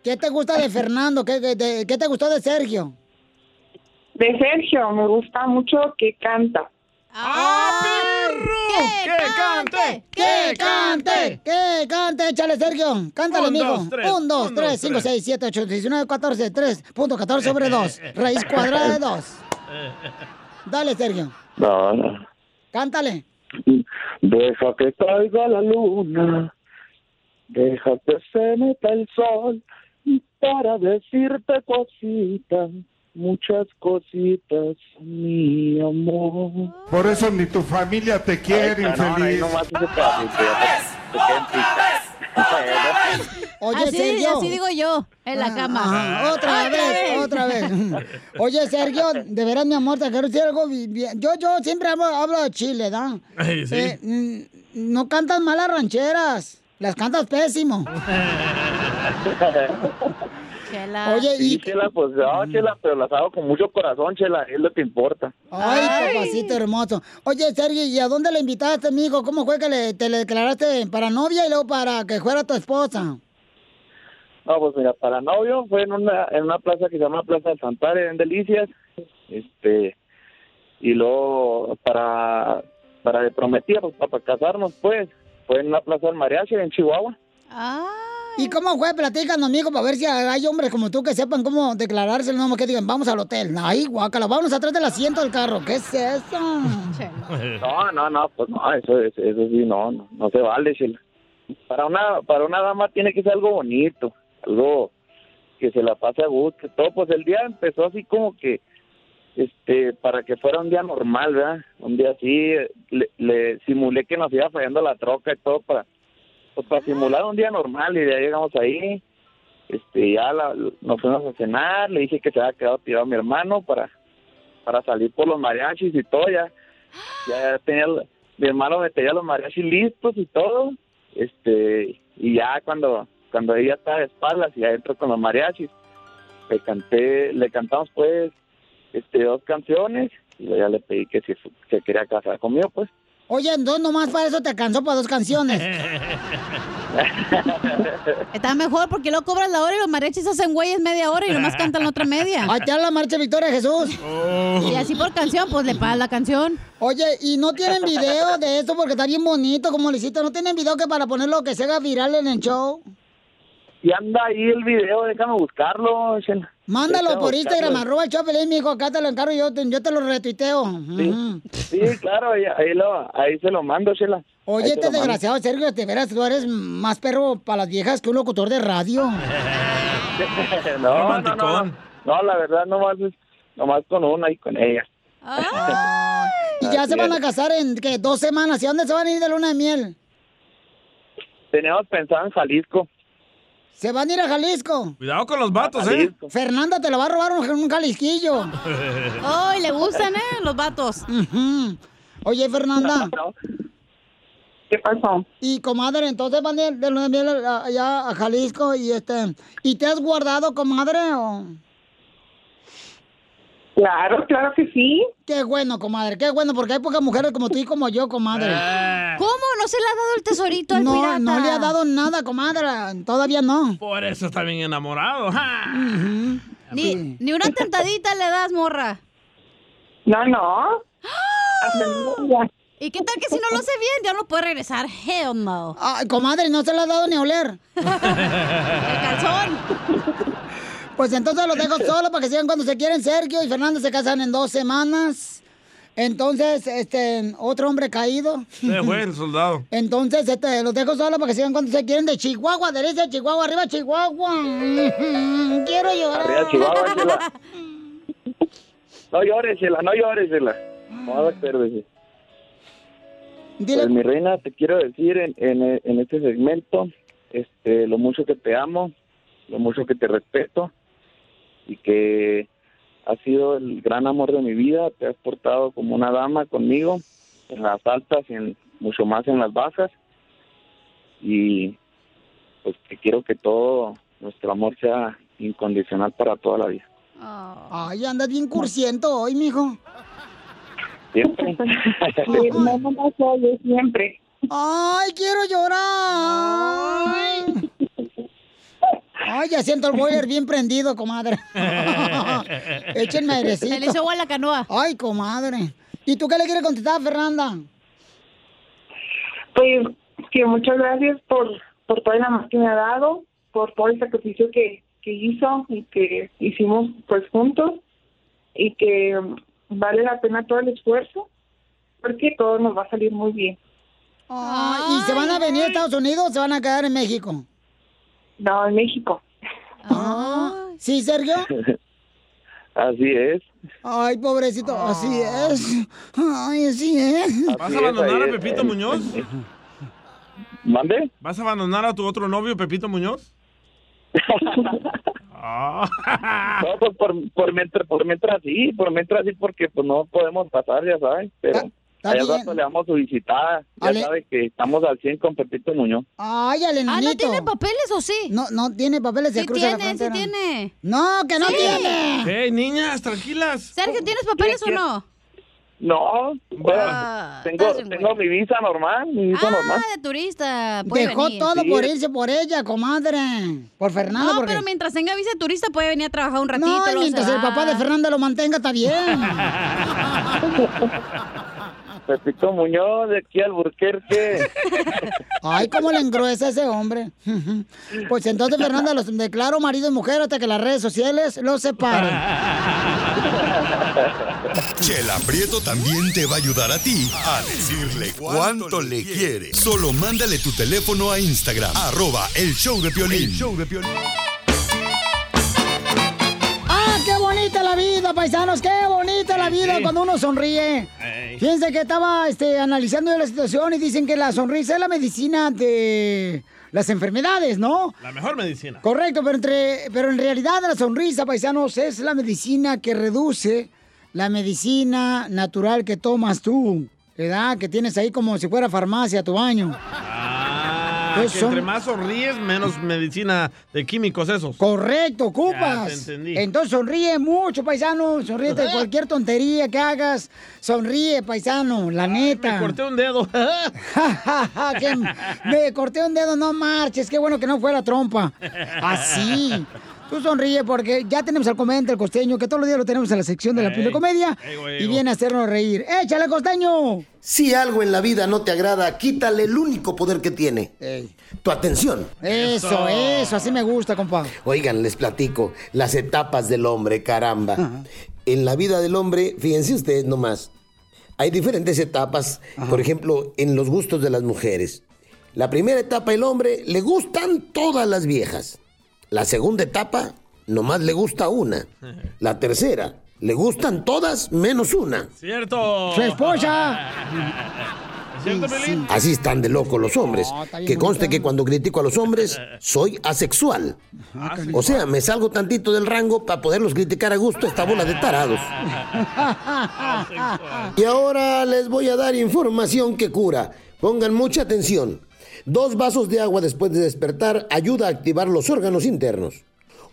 Speaker 2: ¿Qué te gusta de Fernando? ¿Qué, qué- de- qué te gustó de Sergio?
Speaker 21: De Sergio, me gusta mucho que canta.
Speaker 2: ¡Que cante! ¡Que cante! ¡Que cante! ¡Échale, Sergio! ¡Cántale,
Speaker 1: Un,
Speaker 2: amigo!
Speaker 1: dos, tres.
Speaker 2: 1, 2,
Speaker 1: Un,
Speaker 2: 3,
Speaker 1: dos,
Speaker 2: 5, 6, 7, 8, 19, 14, 3, punto 14 sobre 2. Raíz cuadrada de 2. Dale, Sergio.
Speaker 18: No, no.
Speaker 2: Cántale.
Speaker 18: Deja que caiga la luna, deja que se meta el sol para decirte cositas, muchas cositas, mi amor.
Speaker 19: Por eso ni tu familia te quiere,
Speaker 18: Ay, caramba, ahí
Speaker 19: infeliz.
Speaker 18: nomás hice pedacito, ya te- te quedé en pista.
Speaker 2: Oye,
Speaker 9: así,
Speaker 2: Sergio.
Speaker 9: así digo yo, en la cama.
Speaker 2: Ajá, otra, vez, otra vez. Oye, Sergio, de veras, mi amor, te quiero decir algo. bi- bien. Yo, yo siempre hablo, hablo de Chile, ¿da?
Speaker 1: Ay, sí.
Speaker 2: Eh, mm, no cantas malas rancheras. Las cantas pésimo. Oye,
Speaker 18: Sí,
Speaker 2: y- Mm.
Speaker 18: Chela, pues no, Chela, pero las hago con mucho corazón, Chela, es lo que importa.
Speaker 2: Ay, papacito hermoso. Oye, Sergio, ¿y a dónde le invitaste, amigo? ¿Cómo fue que le- te le declaraste para novia y luego para que fuera tu esposa?
Speaker 18: No, pues mira, para novio fue en una, en una plaza que se llama Plaza del Santander, en Delicias. Este, y luego para, para de prometida, pues para, casarnos, pues, fue en una plaza del mariachi en Chihuahua.
Speaker 2: ¿Y cómo fue? Platícanos, amigo, para ver si hay hombres como tú que sepan cómo declararse, no más que digan, vamos al hotel. Ay, guácala, vamos atrás del asiento del carro. ¿Qué es eso?
Speaker 18: No, no, no, pues no, eso, eso, eso sí, no, no, no se vale, Chela. Para una, para una dama tiene que ser algo bonito, algo que se la pase a gusto, que todo, pues el día empezó así como que, este, para que fuera un día normal, ¿verdad? Un día así, eh, le, le simulé que nos iba fallando la troca y todo para, pues para simular un día normal y ya llegamos ahí, este, ya la- nos fuimos a cenar, le dije que se había quedado tirado mi hermano para, para salir por los mariachis y todo, ya ya tenía el- mi hermano me tenía los mariachis listos y todo este y ya cuando cuando ella estaba de espaldas y adentro con los mariachis le canté le cantamos pues este dos canciones y luego ya le pedí que si fu- se quería casar conmigo pues
Speaker 2: Oye, entonces nomás para eso te alcanzó para dos canciones.
Speaker 9: Está mejor porque luego cobras la hora y los mariachis hacen güeyes media hora y nomás cantan la otra media.
Speaker 2: Allá la marcha Victoria Jesús.
Speaker 9: Y así por canción, pues le pagas la canción.
Speaker 2: Oye, ¿y no tienen video de esto porque está bien bonito como lo hiciste? ¿No tienen video que para ponerlo que se haga viral en el show?
Speaker 18: y anda ahí el video déjame buscarlo Shela.
Speaker 2: Mándalo
Speaker 18: Déjame
Speaker 2: por Instagram,
Speaker 18: buscarlo.
Speaker 2: arroba el Chapelín, mijo, acá te lo encargo yo, te, yo te lo retuiteo.
Speaker 18: sí,
Speaker 2: Ujú.
Speaker 18: Sí, claro ahí, ahí lo ahí se lo mando Shela Ahí
Speaker 2: Oye,
Speaker 18: se
Speaker 2: este
Speaker 18: lo mando.
Speaker 2: desgraciado, Sergio, te verás, tú eres más perro para las viejas que un locutor de radio.
Speaker 18: no, no, no, no. No, la verdad nomás es- nomás con una y con ella
Speaker 2: Y ya
Speaker 18: Así
Speaker 2: se van
Speaker 18: es.
Speaker 2: a casar en, ¿qué? Dos semanas. ¿Y a dónde se van a ir de luna de miel?
Speaker 18: teníamos pensado en Jalisco
Speaker 2: Se van a ir a Jalisco.
Speaker 3: Cuidado con los vatos, ¿eh?
Speaker 2: Fernanda te la va a robar un, un jalisquillo.
Speaker 9: Ay, le gustan, ¿eh? Los vatos.
Speaker 2: Ujú. Oye, Fernanda.
Speaker 21: ¿Qué pasó?
Speaker 2: Y comadre, entonces van de, de luna de miel a- allá a Jalisco y este. ¿Y te has guardado, comadre? o?
Speaker 21: Claro, claro que sí.
Speaker 2: Qué bueno, comadre, qué bueno, porque hay pocas mujeres como tú y como yo, comadre.
Speaker 9: ¿Cómo? ¿No se le ha dado el tesorito al
Speaker 2: no,
Speaker 9: pirata?
Speaker 2: No le ha dado nada, comadre, todavía no.
Speaker 3: Por eso está bien enamorado. ¡ja!
Speaker 9: Ni, ni una tentadita le das, morra.
Speaker 21: No, no.
Speaker 9: ¡Ah! ¿Y qué tal que si no lo hace bien, ya no puede regresar? Hell no.
Speaker 2: Ay, comadre, no se la ha dado ni a oler.
Speaker 9: calzón.
Speaker 2: Pues entonces los dejo solo para que sigan cuando se quieren. Sergio y Fernando se casan en dos semanas. Entonces, este, otro hombre caído.
Speaker 3: Se fue el soldado.
Speaker 2: Entonces, este, los dejo solo para que sigan cuando se quieren. De Chihuahua, derecha, Chihuahua, arriba, Chihuahua. Quiero llorar.
Speaker 18: Arriba, Chihuahua, Chela. No llores, Chela, no llores, Chela. No hagas perderse. Pues, mi reina, te quiero decir en, en- en este segmento este, lo mucho que te amo, lo mucho que te respeto y que has sido el gran amor de mi vida. Te has portado como una dama conmigo en las altas y en, mucho más en las bajas. Y pues te quiero que todo nuestro amor sea incondicional para toda la vida.
Speaker 2: Ay, andas bien cursiento hoy, mijo.
Speaker 18: Siempre.
Speaker 21: Mi hermano más oye siempre.
Speaker 2: Ay, quiero llorar. Ay, ya siento el boiler bien prendido, comadre. Échenme airecito.
Speaker 9: Se le hizo agua a la canoa.
Speaker 2: Ay, comadre. ¿Y tú qué le quieres contestar, Fernanda?
Speaker 21: Pues que muchas gracias por, por todo el amor que me ha dado, por todo el sacrificio que, que hizo y que hicimos pues juntos y que mm, vale la pena todo el esfuerzo porque todo nos va a salir muy bien.
Speaker 2: Ay, ¿Y se van a venir a Estados Unidos o se van a quedar en México?
Speaker 21: No, en México.
Speaker 2: Ah, ¿Sí, Sergio?
Speaker 18: Así es.
Speaker 2: Ay, pobrecito,
Speaker 21: Ah.
Speaker 2: así es. Ay, así es.
Speaker 3: ¿Vas
Speaker 18: Así
Speaker 3: a
Speaker 18: es,
Speaker 3: abandonar
Speaker 18: ahí
Speaker 3: a
Speaker 18: es,
Speaker 3: Pepito
Speaker 18: en-
Speaker 3: Muñoz?
Speaker 18: ¿Mande?
Speaker 3: ¿Vas a abandonar a tu otro novio, Pepito Muñoz? Ah.
Speaker 18: No, pues por, por, mientras, por mientras sí, por mientras sí, porque pues no podemos pasar, ya sabes, pero allá al
Speaker 2: bien.
Speaker 18: rato le damos su visitada, ya
Speaker 2: Ale-
Speaker 18: sabes que estamos al 100 con Pepito Muñoz.
Speaker 2: Ay, al enanito. ¿no tiene
Speaker 9: Ah, papeles o sí?
Speaker 2: No, no tiene papeles, se
Speaker 9: Sí
Speaker 2: cruza
Speaker 9: tiene, sí
Speaker 2: la frontera.
Speaker 9: tiene.
Speaker 2: No, que no
Speaker 9: Sí.
Speaker 2: tiene.
Speaker 3: ¡Hey, niñas, tranquilas!
Speaker 9: Sergio, ¿tienes papeles o no?
Speaker 18: No, bueno,
Speaker 9: Ah,
Speaker 18: tengo,
Speaker 9: estás en
Speaker 18: tengo mi visa normal, mi visa normal.
Speaker 9: Ah, de turista. puede
Speaker 2: Dejó
Speaker 9: venir.
Speaker 2: todo por irse por ella, comadre. Por Fernanda,
Speaker 9: No,
Speaker 2: porque...
Speaker 9: pero mientras tenga visa de turista puede venir a trabajar un ratito.
Speaker 2: No, y
Speaker 9: luego se
Speaker 2: mientras el
Speaker 9: va.
Speaker 2: papá de Fernanda lo mantenga, está bien.
Speaker 18: Pepito Muñoz, de aquí al Burquerque.
Speaker 2: Ay, cómo le engruesa ese hombre. Pues entonces, Fernanda, los declaro marido y mujer hasta que las redes sociales los separen.
Speaker 4: Chela Prieto también te va a ayudar a ti a decirle cuánto le quiere. Solo mándale tu teléfono a Instagram, arroba el show de Piolín.
Speaker 2: ¡Ah, qué bonita la vida, paisanos! ¡Qué bonita la vida
Speaker 1: sí.
Speaker 2: cuando uno sonríe! Fíjense que estaba este, analizando yo la situación y dicen que la sonrisa es la medicina de las enfermedades, ¿no?
Speaker 3: La mejor medicina.
Speaker 2: Correcto, pero, entre, pero en realidad la sonrisa, paisanos, es la medicina que reduce la medicina natural que tomas tú, ¿verdad? Que tienes ahí como si fuera farmacia tu baño.
Speaker 3: Ah,
Speaker 2: Pues
Speaker 3: que
Speaker 2: son-
Speaker 3: entre más sonríes, menos medicina de químicos esos.
Speaker 2: Correcto,
Speaker 3: Ya
Speaker 2: ocupas.
Speaker 3: te entendí.
Speaker 2: Entonces sonríe mucho, paisano. Sonríete de cualquier tontería que hagas. Sonríe, paisano, la neta. Me corté
Speaker 3: un dedo.
Speaker 2: me corté un dedo, no marches. Qué bueno que no fuera trompa. Ah, Así. Tú sonríe porque ya tenemos al comediante, el costeño, que todos los días lo tenemos en la sección de la
Speaker 6: Ey,
Speaker 2: pila de comedia. Y viene a hacernos reír. ¡Échale, costeño!
Speaker 6: Si algo en la vida no te agrada, quítale el único poder que tiene. Tu atención.
Speaker 2: Eso, eso, así me gusta, compa.
Speaker 6: Oigan, les platico las etapas del hombre, caramba. En la vida del hombre, fíjense ustedes nomás, hay diferentes etapas, por ejemplo, en los gustos de las mujeres. La primera etapa, el hombre, le gustan todas las viejas. La segunda etapa, nomás le gusta una. La tercera, le gustan todas menos una.
Speaker 3: ¡Cierto!
Speaker 6: Su esposa.
Speaker 3: ¿Cierto, Pelín?
Speaker 6: Así están de locos los hombres.
Speaker 3: No, está bien
Speaker 6: que conste
Speaker 3: bonito.
Speaker 6: que cuando critico a los hombres, soy asexual.
Speaker 2: Ah,
Speaker 6: O sea, me salgo tantito del rango para poderlos criticar a gusto esta bola de tarados. Y ahora les voy a dar información que cura. Pongan mucha atención. Dos vasos de agua después de despertar ayuda a activar los órganos internos.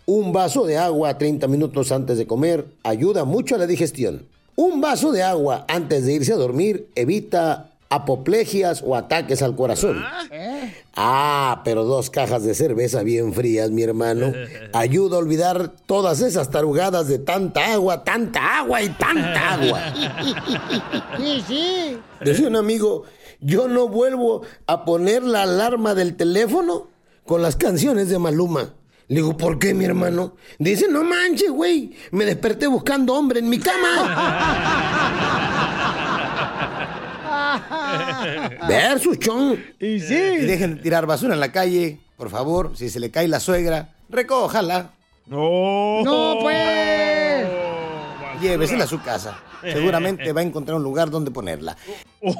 Speaker 6: Un vaso de agua 30 minutos antes de comer ayuda mucho a la digestión. Un vaso de agua antes de irse a dormir evita apoplegias o ataques al corazón.
Speaker 2: Eh.
Speaker 6: Ah, pero dos cajas de cerveza bien frías, mi hermano. Ayuda a olvidar todas esas tarugadas de tanta agua, tanta agua y tanta agua.
Speaker 2: Sí, sí.
Speaker 6: Decía un amigo, yo no vuelvo a poner la alarma del teléfono con las canciones de Maluma. Le digo, ¿por qué, mi hermano? Dice, no manches, güey, me desperté buscando hombre en mi cama. Ah, Versus, chon.
Speaker 2: Y sí.
Speaker 6: dejen de tirar basura en la calle, por favor. Si se le cae la suegra, recójala.
Speaker 3: No.
Speaker 2: No, pues.
Speaker 6: Llévesela a su casa. Seguramente va a encontrar un lugar donde ponerla.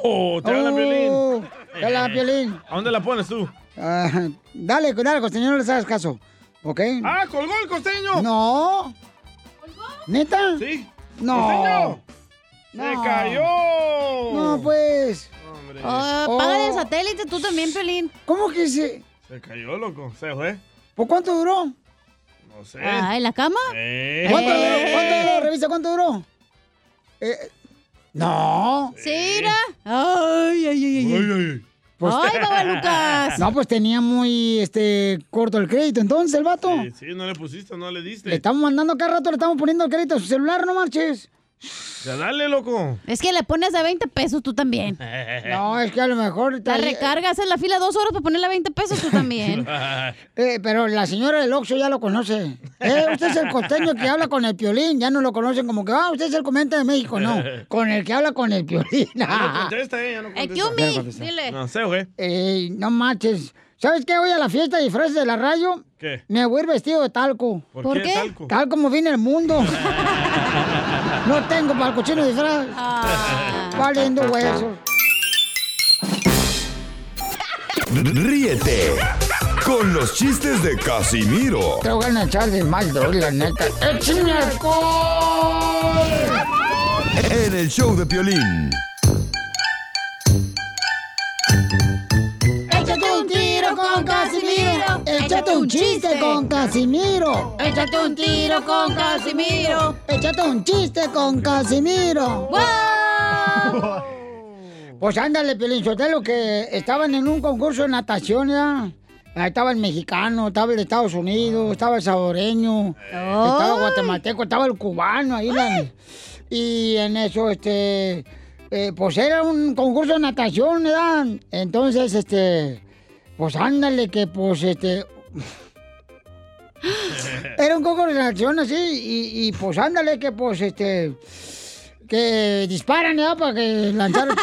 Speaker 3: Oh, te habla
Speaker 2: Oh,
Speaker 3: violín.
Speaker 2: te habla Piolín.
Speaker 3: ¿A dónde la pones tú?
Speaker 2: Ah, dale, dale, costeño, no les hagas caso. ¿Ok?
Speaker 3: ¡Ah, colgó el costeño!
Speaker 2: No. ¿Neta?
Speaker 3: Sí.
Speaker 2: No.
Speaker 3: ¡Se
Speaker 2: No.
Speaker 3: cayó!
Speaker 2: No, pues. Oh.
Speaker 9: Ah, Apaga el satélite tú también, Pelín.
Speaker 2: ¿Cómo que se...?
Speaker 3: Se cayó, loco. Se fue.
Speaker 2: ¿Por cuánto duró?
Speaker 3: No sé.
Speaker 9: Ah, ¿en la cama?
Speaker 3: Eh,
Speaker 2: ¿Cuánto
Speaker 3: ándale.
Speaker 2: duró? ¿Cuánto duró? Revisa, ¿cuánto duró? Eh, no.
Speaker 9: Sí, mira. Ay, ay, ay, ay.
Speaker 2: ay. Pues
Speaker 9: Ay, babalucas.
Speaker 2: No, pues tenía muy este corto el crédito. Entonces, el vato.
Speaker 3: Sí, no le pusiste, no le diste.
Speaker 2: Le estamos mandando cada rato, le estamos poniendo el crédito a su celular, no marches.
Speaker 3: Ya dale, loco.
Speaker 9: Es que le pones de 20 pesos tú también.
Speaker 2: No, es que a lo mejor.
Speaker 9: La recargas en la fila dos horas para ponerle 20 pesos tú también.
Speaker 2: Eh, pero la señora del Oxxo ya lo conoce. Eh, usted es el costeño que habla con el piolín, ya no lo conocen como que, ah, usted es el comente de México, no. Con el que habla con el piolín.
Speaker 3: Ya Ah, no contesta, eh, ya no contesta.
Speaker 2: Ah, Ya no contesta.
Speaker 3: No sé, güey.
Speaker 2: Ey, no marches. ¿Sabes qué? Hoy a la fiesta de disfraces de la radio
Speaker 3: ¿Qué?
Speaker 2: me voy a ir vestido de talco.
Speaker 3: ¿Por ¿Por qué qué? talco?
Speaker 2: Tal como viene el mundo. no tengo para el cochino disfraz.
Speaker 9: Ah.
Speaker 2: Valiendo huesos.
Speaker 4: Ríete con los chistes de Casimiro
Speaker 2: Te voy a echar de más droga, la neta. ¡Eh, ¡Échame alcohol!
Speaker 4: en el show de Piolín.
Speaker 2: Échate un tiro con Casimiro. Échate un chiste con Casimiro. Échate un tiro con Casimiro. Échate un chiste con Casimiro. Pues ándale, Piolín Sotelo, que estaban en un concurso de natación, ¿ya? Ahí estaba el mexicano, estaba el de Estados Unidos, estaba el saboreño, estaba el guatemalteco, estaba el cubano ahí. la- Y en eso, este, eh, pues era un concurso de natación, ¿verdad? Entonces, este, pues ándale que, pues, este, era un concurso de natación así y, y, pues ándale que, pues, este, que disparan, ¿verdad? Para que lanzaron...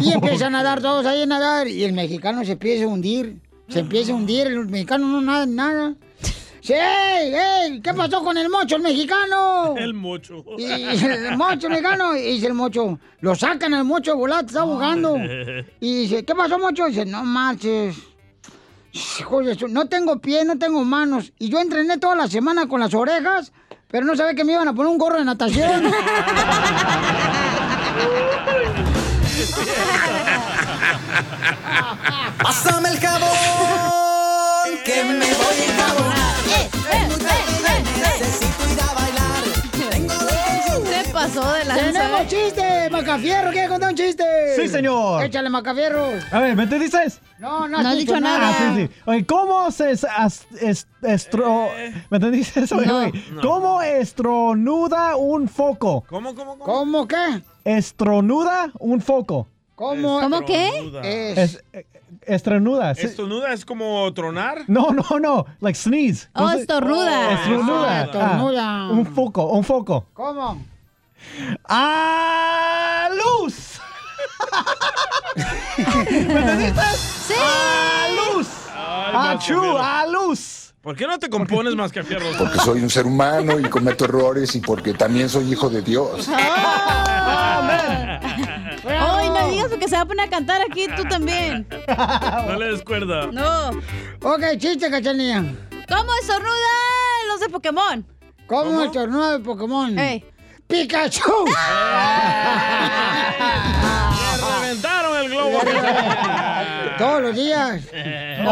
Speaker 2: Y empiezan a nadar todos ahí a nadar. Y el mexicano se empieza a hundir. Se empieza a hundir. El mexicano no nada, nada. ¡Sí! ¡Ey! ¿Qué pasó con el mocho, el mexicano?
Speaker 3: El mocho.
Speaker 2: Y- y el mocho mexicano, y dice el mocho, lo sacan al mocho de volada, te está ahogando. Y dice, ¿qué pasó, mocho? dice, no marches. Hijo de su- no tengo pie, no tengo manos. Y yo entrené toda la semana con las orejas, pero no sabía que me iban a poner un gorro de natación.
Speaker 1: Pásame el jabón, que me voy a enjabonar. Es muy tarde y necesito ir a bailar. Tengo
Speaker 9: Se pasó de lanza.
Speaker 2: ¡Tenemos chiste! ¡Macafierro! ¿Quieres contar un chiste?
Speaker 12: Sí, señor.
Speaker 2: Échale, Macafierro.
Speaker 12: A ver, ¿me entendiste?
Speaker 2: No, no has No has dicho dicho nada. nada.
Speaker 12: Ah, sí, sí. Oye, ¿cómo se es- as- es- estro...
Speaker 3: Eh.
Speaker 12: ¿Me entendiste eso? Oye,
Speaker 2: No.
Speaker 12: oye, ¿Cómo estronuda un foco?
Speaker 3: ¿Cómo, cómo, cómo?
Speaker 2: ¿Cómo qué?
Speaker 12: Estronuda un foco.
Speaker 2: ¿Cómo?
Speaker 12: ¿Cómo qué?
Speaker 2: Es-
Speaker 12: eh, estrenuda. sí.
Speaker 3: ¿Estornuda es como tronar?
Speaker 12: No, no, no. Like sneeze.
Speaker 3: Oh,
Speaker 12: No sé-
Speaker 3: estornuda.
Speaker 12: Estornuda.
Speaker 3: Ah,
Speaker 2: estornuda.
Speaker 12: Ah, un foco, un foco.
Speaker 2: ¿Cómo?
Speaker 12: ¡A luz! ¿Me entendiste?
Speaker 9: ¡Sí!
Speaker 12: ¡A luz!
Speaker 3: Achú,
Speaker 12: ¡A luz!
Speaker 3: ¿Por qué no te compones más que a fierro?
Speaker 20: porque soy un ser humano y cometo errores y porque también soy hijo de Dios.
Speaker 2: Oh.
Speaker 9: Ay, no digas porque se va a poner a cantar aquí tú también.
Speaker 3: No le descuerda.
Speaker 9: No.
Speaker 2: Ok, chiste, cachanilla.
Speaker 9: ¿Cómo estornuda los de Pokémon?
Speaker 2: ¿Cómo estornuda el Pokémon? ¡Pikachu!
Speaker 3: Reventaron el globo. eh!
Speaker 2: Todos los días.
Speaker 3: Y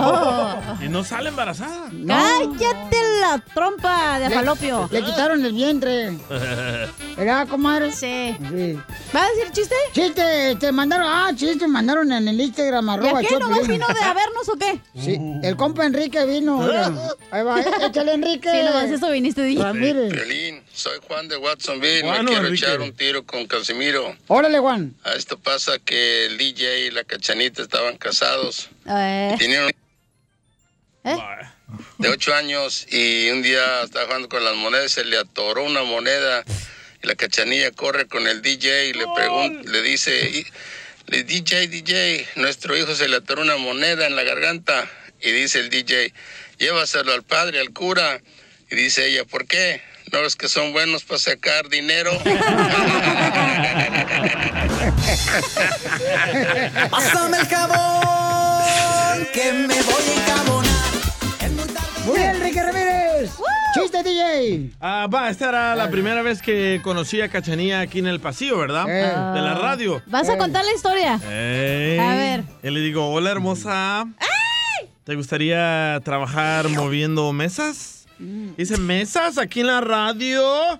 Speaker 3: Eh, no sale embarazada.
Speaker 9: ¡Cállate la trompa Ah, de
Speaker 2: Le-
Speaker 9: falopio.
Speaker 2: Le quitaron el vientre. ¿Verdad, comadre?
Speaker 9: Sí.
Speaker 2: ¿Va a decir chiste? Chiste, te mandaron, ah, chiste, mandaron en el Instagram, arroba
Speaker 9: qué? ¿Nomás
Speaker 2: Choplin.
Speaker 9: vino de a vernos o qué?
Speaker 2: Sí, el compa Enrique vino. oiga. Ahí va, eh, échale Enrique. Ah,
Speaker 9: Sí, nomás eso viniste, dije.
Speaker 2: Ramírez.
Speaker 7: Piolín, soy Juan de Watsonville.
Speaker 2: Juan o
Speaker 7: Me quiero
Speaker 2: Enrique.
Speaker 7: echar un tiro con Casimiro.
Speaker 2: Órale, Juan.
Speaker 7: A esto pasa que el DJ y la cachanita estaban casados.
Speaker 9: Eh.
Speaker 7: Tienen un
Speaker 9: ¿Eh?
Speaker 7: de ocho años y un día estaba jugando con las monedas, se le atoró una moneda y la cachanilla corre con el DJ y le pregunta, le dice, "Y- le DJ, DJ, nuestro hijo se le atoró una moneda en la garganta y dice el DJ, llévaselo al padre, al cura y dice ella, ¿por qué? ¿No ves que son buenos para sacar dinero?
Speaker 1: Pásame el jabón, que me voy a encabonar.
Speaker 2: Muy bien, Enrique Ramírez. Chiste, DJ.
Speaker 3: Ah, va, esta era la primera vez que conocí a Cachanía aquí en el pasillo, ¿verdad?
Speaker 2: Eh.
Speaker 3: De la radio.
Speaker 9: ¿Vas a contar la historia?
Speaker 3: Ey.
Speaker 9: A ver.
Speaker 3: Y le digo, hola hermosa. ¿Te gustaría trabajar moviendo mesas?
Speaker 2: Mm.
Speaker 3: Dice, ¿mesas aquí en la radio?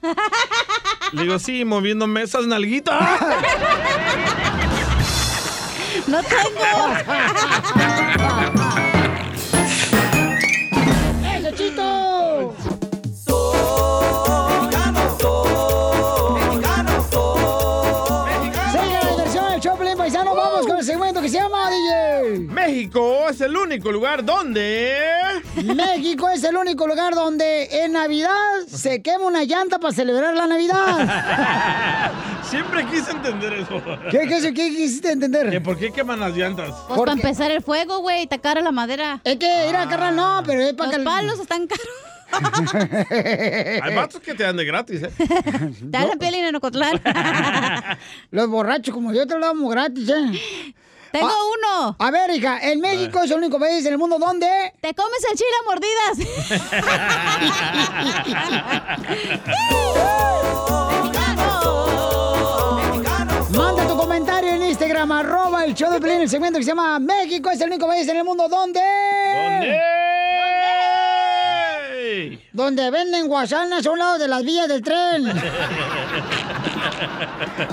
Speaker 3: Le digo, sí, moviendo mesas, nalguita.
Speaker 9: ¡No tengo!
Speaker 2: ¡Eso, chito! Sigue la diversión del Choplin, paisano. Vamos con el segmento que se llama, DJ.
Speaker 3: México es el único lugar donde...
Speaker 2: México es el único lugar donde en Navidad se quema una llanta para celebrar la Navidad.
Speaker 3: Siempre quise entender eso.
Speaker 2: ¿Qué, qué, qué quisiste entender?
Speaker 3: ¿Que ¿Por qué queman las llantas?
Speaker 9: Pues para empezar el fuego, güey, te cara la madera.
Speaker 2: Es que,
Speaker 3: Ah.
Speaker 2: mira, carnal, no, pero es
Speaker 9: para que... Los palos están caros.
Speaker 3: Hay vatos que te dan de gratis, ¿eh?
Speaker 9: Te dan la piel en Ocotlán.
Speaker 2: Los borrachos como yo te lo damos gratis, ¿eh?
Speaker 9: Tengo
Speaker 2: uno. A ver, hija, en México es el único país en el mundo donde...
Speaker 9: Te comes el chile a mordidas.
Speaker 2: Manda tu comentario en Instagram, arroba el show de Pelín, el segmento que se llama México es el único país en el mundo donde...
Speaker 3: Ey.
Speaker 2: Donde venden guasanas a un lado de las vías del tren.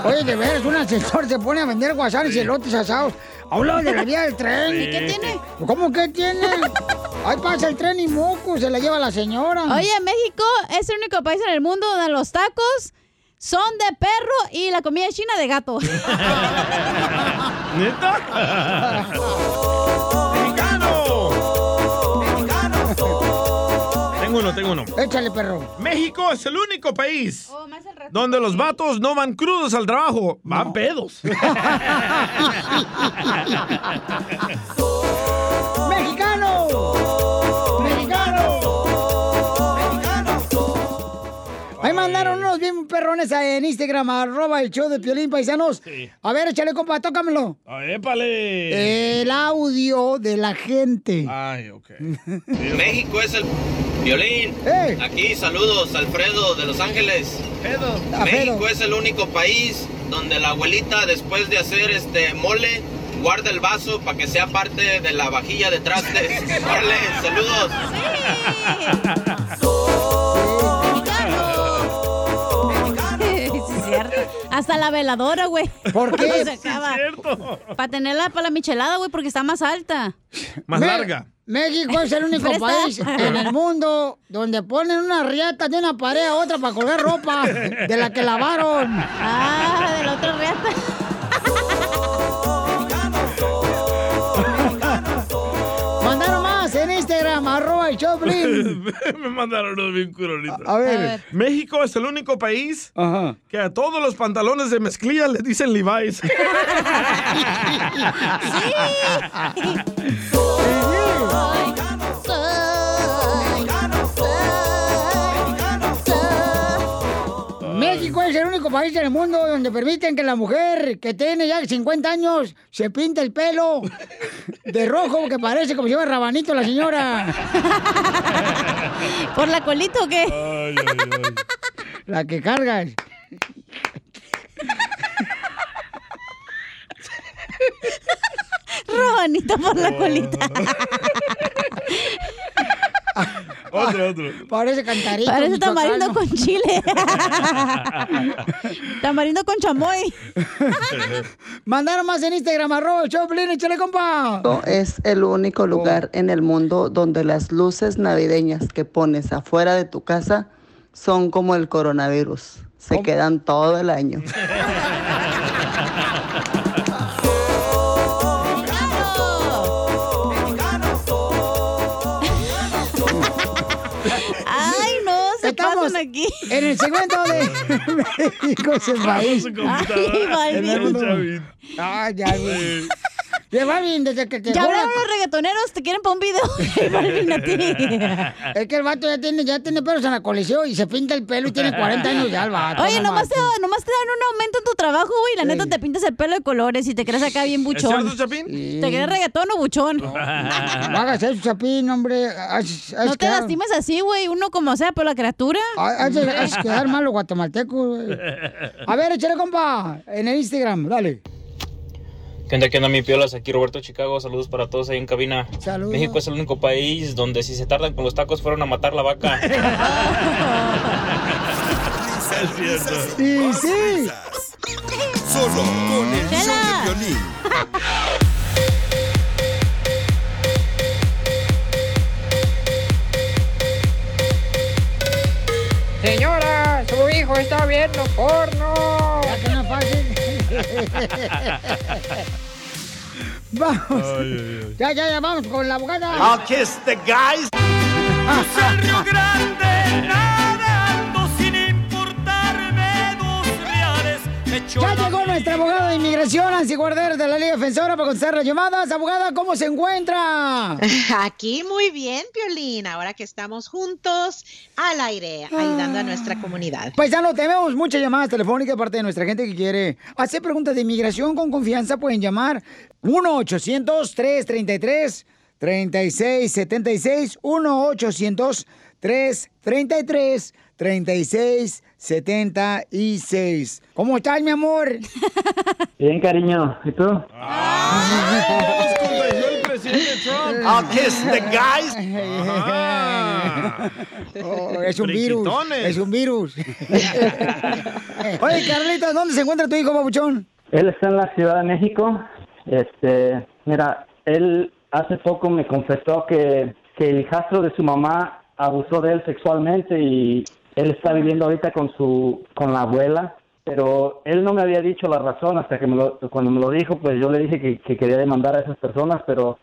Speaker 2: Oye, de veras, un asesor se pone a vender guasanas y elotes asados a un lado de la vía del tren.
Speaker 9: ¿Y qué tiene?
Speaker 2: ¿Cómo que tiene? Ahí pasa el tren y moco, se la lleva la señora.
Speaker 9: Oye, México es el único país en el mundo donde los tacos son de perro y la comida china de gato.
Speaker 3: ¿Neta? Tengo uno, tengo uno.
Speaker 2: Échale, perro.
Speaker 3: México es el único país
Speaker 2: Oh,
Speaker 3: donde los vatos no van crudos al trabajo, van pedos.
Speaker 2: ¡Mexicano! ¡Mexicano! Ahí mandaron unos bien perrones en Instagram, arroba el show de Piolín Paisanos.
Speaker 3: Sí.
Speaker 2: A ver, échale, compa, tócamelo.
Speaker 3: ¡Épale!
Speaker 2: El audio de la gente.
Speaker 3: Ay, ok.
Speaker 22: México es el violín. Aquí saludos, Alfredo de Los Ángeles. México es el único país donde la abuelita después de hacer este mole guarda el vaso para que sea parte de la vajilla de trastes. Órale, saludos.
Speaker 9: Sí, es cierto. Hasta la veladora, güey.
Speaker 2: ¿Por
Speaker 3: qué?
Speaker 9: No
Speaker 3: Sí,
Speaker 9: se
Speaker 3: es
Speaker 9: acaba. Para tenerla para la michelada, güey, porque está más alta.
Speaker 3: Más
Speaker 2: Me-
Speaker 3: larga.
Speaker 2: México es el único
Speaker 9: Fresa.
Speaker 2: país en el mundo donde ponen una riata de una pared a otra para colgar ropa de la que lavaron.
Speaker 9: Ah, de la otra riata.
Speaker 2: Mandaron más en Instagram, arroba el Choplin.
Speaker 3: Me mandaron unos bien curonitos.
Speaker 1: Ah.
Speaker 2: A- a ver. A ver.
Speaker 3: México es el único país que a todos los pantalones de mezclilla les dicen Levi's.
Speaker 2: México es el único país en el mundo donde permiten que la mujer que tiene ya 50 años se pinte el pelo de rojo que parece como si fuera rabanito la señora.
Speaker 9: ¿Por la colita o qué?
Speaker 2: La que cargas. Oh.
Speaker 9: Rabanito por la colita.
Speaker 3: Otro, otro.
Speaker 2: Parece cantarito.
Speaker 9: Parece tamarindo
Speaker 2: michoacano.
Speaker 9: con chile. tamarindo con chamoy.
Speaker 2: Mandaron más en Instagram, arroba el Choplin, échale compa.
Speaker 10: Es el único lugar
Speaker 2: Oh.
Speaker 10: en el mundo donde las luces navideñas que pones afuera de tu casa son como el coronavirus. Se quedan todo el año.
Speaker 9: Ay, no, se pasan aquí.
Speaker 2: En el segmento de México se va.
Speaker 9: Ay, Balvin.
Speaker 2: Ay, ya, güey. Ya, Balvin, desde que te
Speaker 9: Ya
Speaker 2: llegó la-
Speaker 9: hablaron los reggaetoneros, te quieren para un video. Balvin, a ti.
Speaker 2: Es que el vato ya tiene, ya tiene pelos en la colección y se pinta el pelo y tiene 40 años ya el vato.
Speaker 9: Oye,
Speaker 2: no
Speaker 9: nomás te, nomás te dan un aumento en tu trabajo, güey. La neta, te pintas el pelo de colores y te crees acá bien buchón.
Speaker 2: cierto, Chapín?
Speaker 9: ¿Te crees reggaetón o buchón?
Speaker 2: No hagas eso, Chapín, hombre. Haz- haz
Speaker 9: No te
Speaker 2: quedar-
Speaker 9: lastimes así, güey. Uno como sea, pero la criatura.
Speaker 2: ha- Haces haces ah, quedar mal los guatemaltecos, güey. A ver, échale, compa, en el Instagram, dale.
Speaker 25: ¿Qué onda, qué onda, mi piolas? Aquí Roberto Chicago. Saludos para todos ahí en cabina.
Speaker 2: Saludos.
Speaker 25: México es el único país donde si se tardan con los tacos fueron a matar la vaca.
Speaker 4: Es cierto.
Speaker 2: Y sí.
Speaker 4: Solo con el show
Speaker 1: Chela.
Speaker 4: de Piolín.
Speaker 23: Señora, su hijo está viendo porno.
Speaker 2: Vamos. Ya, ya, ya, vamos con la abogada. Ah,
Speaker 11: I'll kiss the guys.
Speaker 2: Ya llegó nuestra abogada de inmigración, Nancy Guardero de la Liga Defensora, para contestar las llamadas. Abogada, ¿cómo se encuentra?
Speaker 24: Aquí muy bien, Piolín, ahora que estamos juntos al aire, ayudando a nuestra comunidad.
Speaker 2: Pues ya no tenemos muchas llamadas telefónicas de parte de nuestra gente que quiere hacer preguntas de inmigración con confianza. Pueden llamar 1-800-333-3676, 1-800-333-3676. ¿Cómo estás, mi amor?
Speaker 28: Bien, cariño. ¿Y tú?
Speaker 11: I'll kiss Ah, the guys.
Speaker 2: Oh, es un virus. Es un virus. Oye, Carlitos, ¿dónde se encuentra tu hijo, babuchón?
Speaker 28: Él está en la Ciudad de México. Este, mira, él hace poco me confesó que, que el hijastro de su mamá abusó de él sexualmente y él está viviendo ahorita con su con la abuela, pero él no me había dicho la razón hasta que me lo- cuando me lo dijo, pues yo le dije que, que quería demandar a esas personas, pero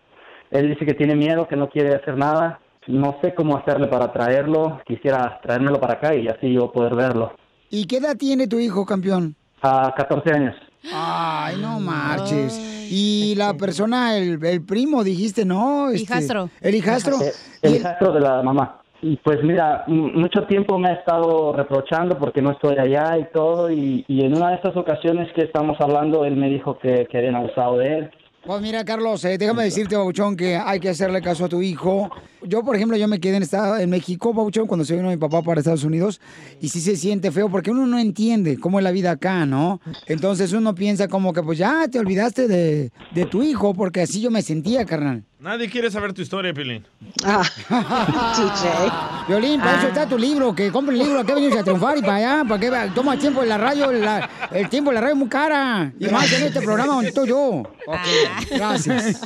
Speaker 28: él dice que tiene miedo, que no quiere hacer nada. No sé cómo hacerle para traerlo. Quisiera traérmelo para acá y así yo poder verlo.
Speaker 2: ¿Y qué edad tiene tu hijo, campeón?
Speaker 28: A 14 años.
Speaker 2: Ay, no marches. Y la persona, el, el primo, dijiste, ¿no? este,
Speaker 28: Hijastro.
Speaker 2: El hijastro.
Speaker 28: Eh, El hijastro de la mamá. Y pues mira, m- mucho tiempo me ha estado reprochando porque no estoy allá y todo. Y, y en una de estas ocasiones que estamos hablando, él me dijo que, que habían abusado de él.
Speaker 2: Pues mira, Carlos, eh, déjame decirte, Babuchón, que hay que hacerle caso a tu hijo. Yo, por ejemplo, yo me quedé en, esta- en México, Babuchón, cuando se vino mi papá para Estados Unidos, y sí se siente feo, porque uno no entiende cómo es la vida acá, ¿no? Entonces uno piensa como que, pues ya te olvidaste de, de tu hijo, porque así yo me sentía, carnal.
Speaker 3: Nadie quiere saber tu historia, Pilín.
Speaker 2: Violín, para eso
Speaker 3: Ah.
Speaker 2: está tu libro, que compre el libro, que venimos a triunfar y para allá, para que vea- toma tiempo en la radio, la- el tiempo en la radio es muy cara. Y más en este programa donde estoy yo. Ok, gracias.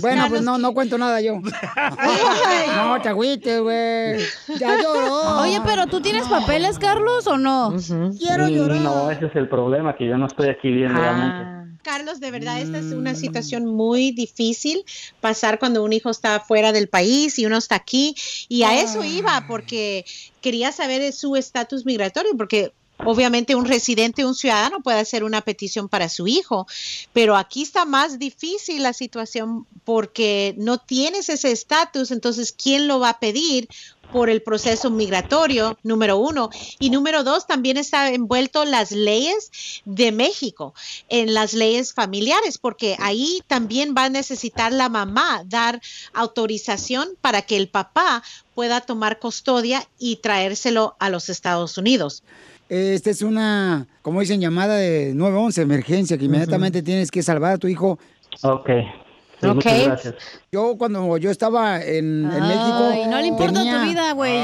Speaker 2: Bueno, pues no, no cuento nada yo. No, te agüites, güey. Ya lloró.
Speaker 9: Oye, pero tú tienes papeles, Carlos, o no?
Speaker 2: Quiero llorar. Ah.
Speaker 28: No, ese es el problema, que yo no estoy aquí bien legalmente.
Speaker 24: Carlos, de verdad, esta es una situación muy difícil pasar cuando un hijo está fuera del país y uno está aquí. Y a eso iba, porque quería saber su estatus migratorio, porque obviamente un residente, un ciudadano puede hacer una petición para su hijo, pero aquí está más difícil la situación porque no tienes ese estatus, entonces, ¿quién lo va a pedir? por el proceso migratorio, número uno. Y número dos, también está envuelto las leyes de México, en las leyes familiares, porque ahí también va a necesitar la mamá dar autorización para que el papá pueda tomar custodia y traérselo a los Estados Unidos.
Speaker 2: Esta Este es una, como dicen, llamada de 911, emergencia, que inmediatamente tienes que salvar a tu hijo.
Speaker 28: Ok.
Speaker 2: Sí, Pues muchas
Speaker 24: Ok.
Speaker 2: gracias. Yo cuando yo estaba en, en México...
Speaker 9: Ay, no le importa
Speaker 2: tenía-
Speaker 9: tu vida, güey.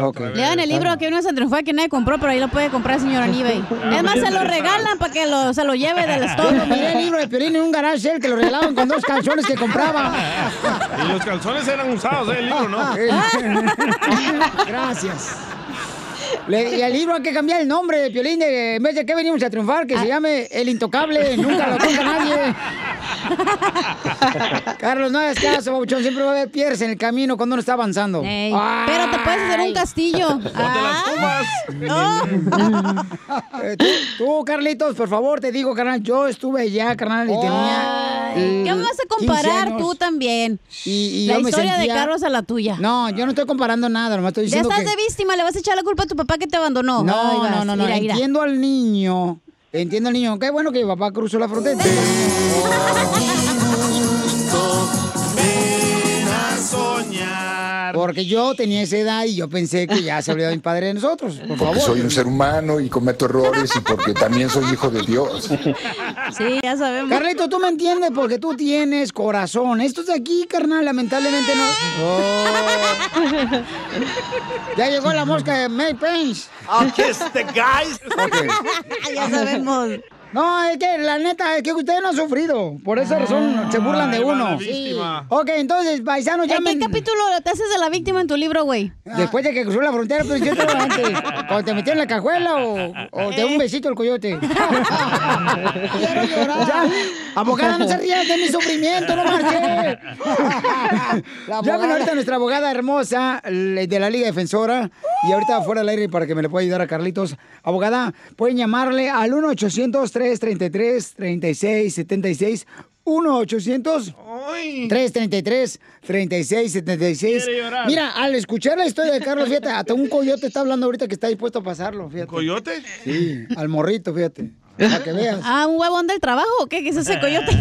Speaker 2: Ok.
Speaker 9: Le dan el libro que uno se triunfa que nadie compró, pero ahí lo puede comprar señora en eBay. Es más, se lo regalan para que lo, se lo lleve del
Speaker 2: Yo lo miré el
Speaker 9: estómago.
Speaker 2: libro de Piolín en un garage sale que lo regalaban con dos canciones que compraba.
Speaker 3: Y los calzones eran usados, ¿eh? El libro, ¿no?
Speaker 2: Gracias. Le- y al libro hay que cambiar el nombre de Piolín de en vez de que venimos a triunfar,
Speaker 9: Ah.
Speaker 2: que se llame El Intocable, nunca lo toca nadie. Carlos, no hagas caso, babuchón, siempre va a haber piedras en el camino cuando uno está avanzando.
Speaker 9: pero te puedes hacer un castillo.
Speaker 2: Ah. Eh, tú, tú, Carlitos, por favor, te digo, carnal, yo estuve allá, carnal, y tenía... eh,
Speaker 9: ¿Qué vas a
Speaker 2: 15
Speaker 9: comparar
Speaker 2: años.
Speaker 9: tú también?
Speaker 2: Y- y
Speaker 9: la
Speaker 2: yo me
Speaker 9: historia
Speaker 2: sentía-
Speaker 9: de Carlos a la tuya.
Speaker 2: No, yo no estoy comparando nada, nomás estoy
Speaker 9: Ya
Speaker 2: diciendo
Speaker 9: estás
Speaker 2: que...
Speaker 9: de víctima, le vas a echar la culpa a tu papá que te abandonó. Ahí
Speaker 2: No,
Speaker 9: vas,
Speaker 2: no, no, no.
Speaker 9: mira, mira.
Speaker 2: Entiendo al niño. Entiendo al niño. Qué bueno que papá cruzó la frontera. Porque yo tenía esa edad y yo pensé que ya se había olvidado mi padre de nosotros. Por
Speaker 20: Porque
Speaker 2: favor.
Speaker 20: soy un ser humano y cometo errores y porque también soy hijo de Dios.
Speaker 9: Sí, ya sabemos.
Speaker 2: Carlito, tú me entiendes porque tú tienes corazón. Estos de aquí, carnal, lamentablemente no. Oh. Ya llegó la mosca de May Pence.
Speaker 11: I'll kiss Oh, Ah, the guys.
Speaker 9: Ah,
Speaker 2: ya sabemos. No, es que la neta, es que ustedes no han sufrido. Por esa razón se burlan de
Speaker 9: Ahí va la
Speaker 2: uno.
Speaker 9: víctima.
Speaker 2: Ok, entonces, paisanos,
Speaker 9: ¿En
Speaker 2: llamen.
Speaker 9: qué capítulo te haces de la víctima en tu libro, güey?
Speaker 2: Después de que cruzó la frontera, pero yo te lo antes. Cuando te metió en la cajuela o, o te dio un besito el coyote. Quiero llorar. Ya, abogada, no se rías de mi sufrimiento, no marche. Llamen ahorita a nuestra abogada hermosa le- de la Liga Defensora. Y ahorita fuera del aire para que me le pueda ayudar a Carlitos. Abogada, pueden llamarle al 1-800-333-3676. 1-800. 333 3676
Speaker 3: Quiere llorar.
Speaker 2: Mira, al escuchar la historia de Carlos, fíjate, hasta un coyote está hablando ahorita que está dispuesto a pasarlo, fíjate.
Speaker 3: ¿Coyote?
Speaker 2: Sí, al morrito, fíjate. Para que veas.
Speaker 9: Ah, un huevón del trabajo, ¿o ¿qué? ¿Qué es ese coyote?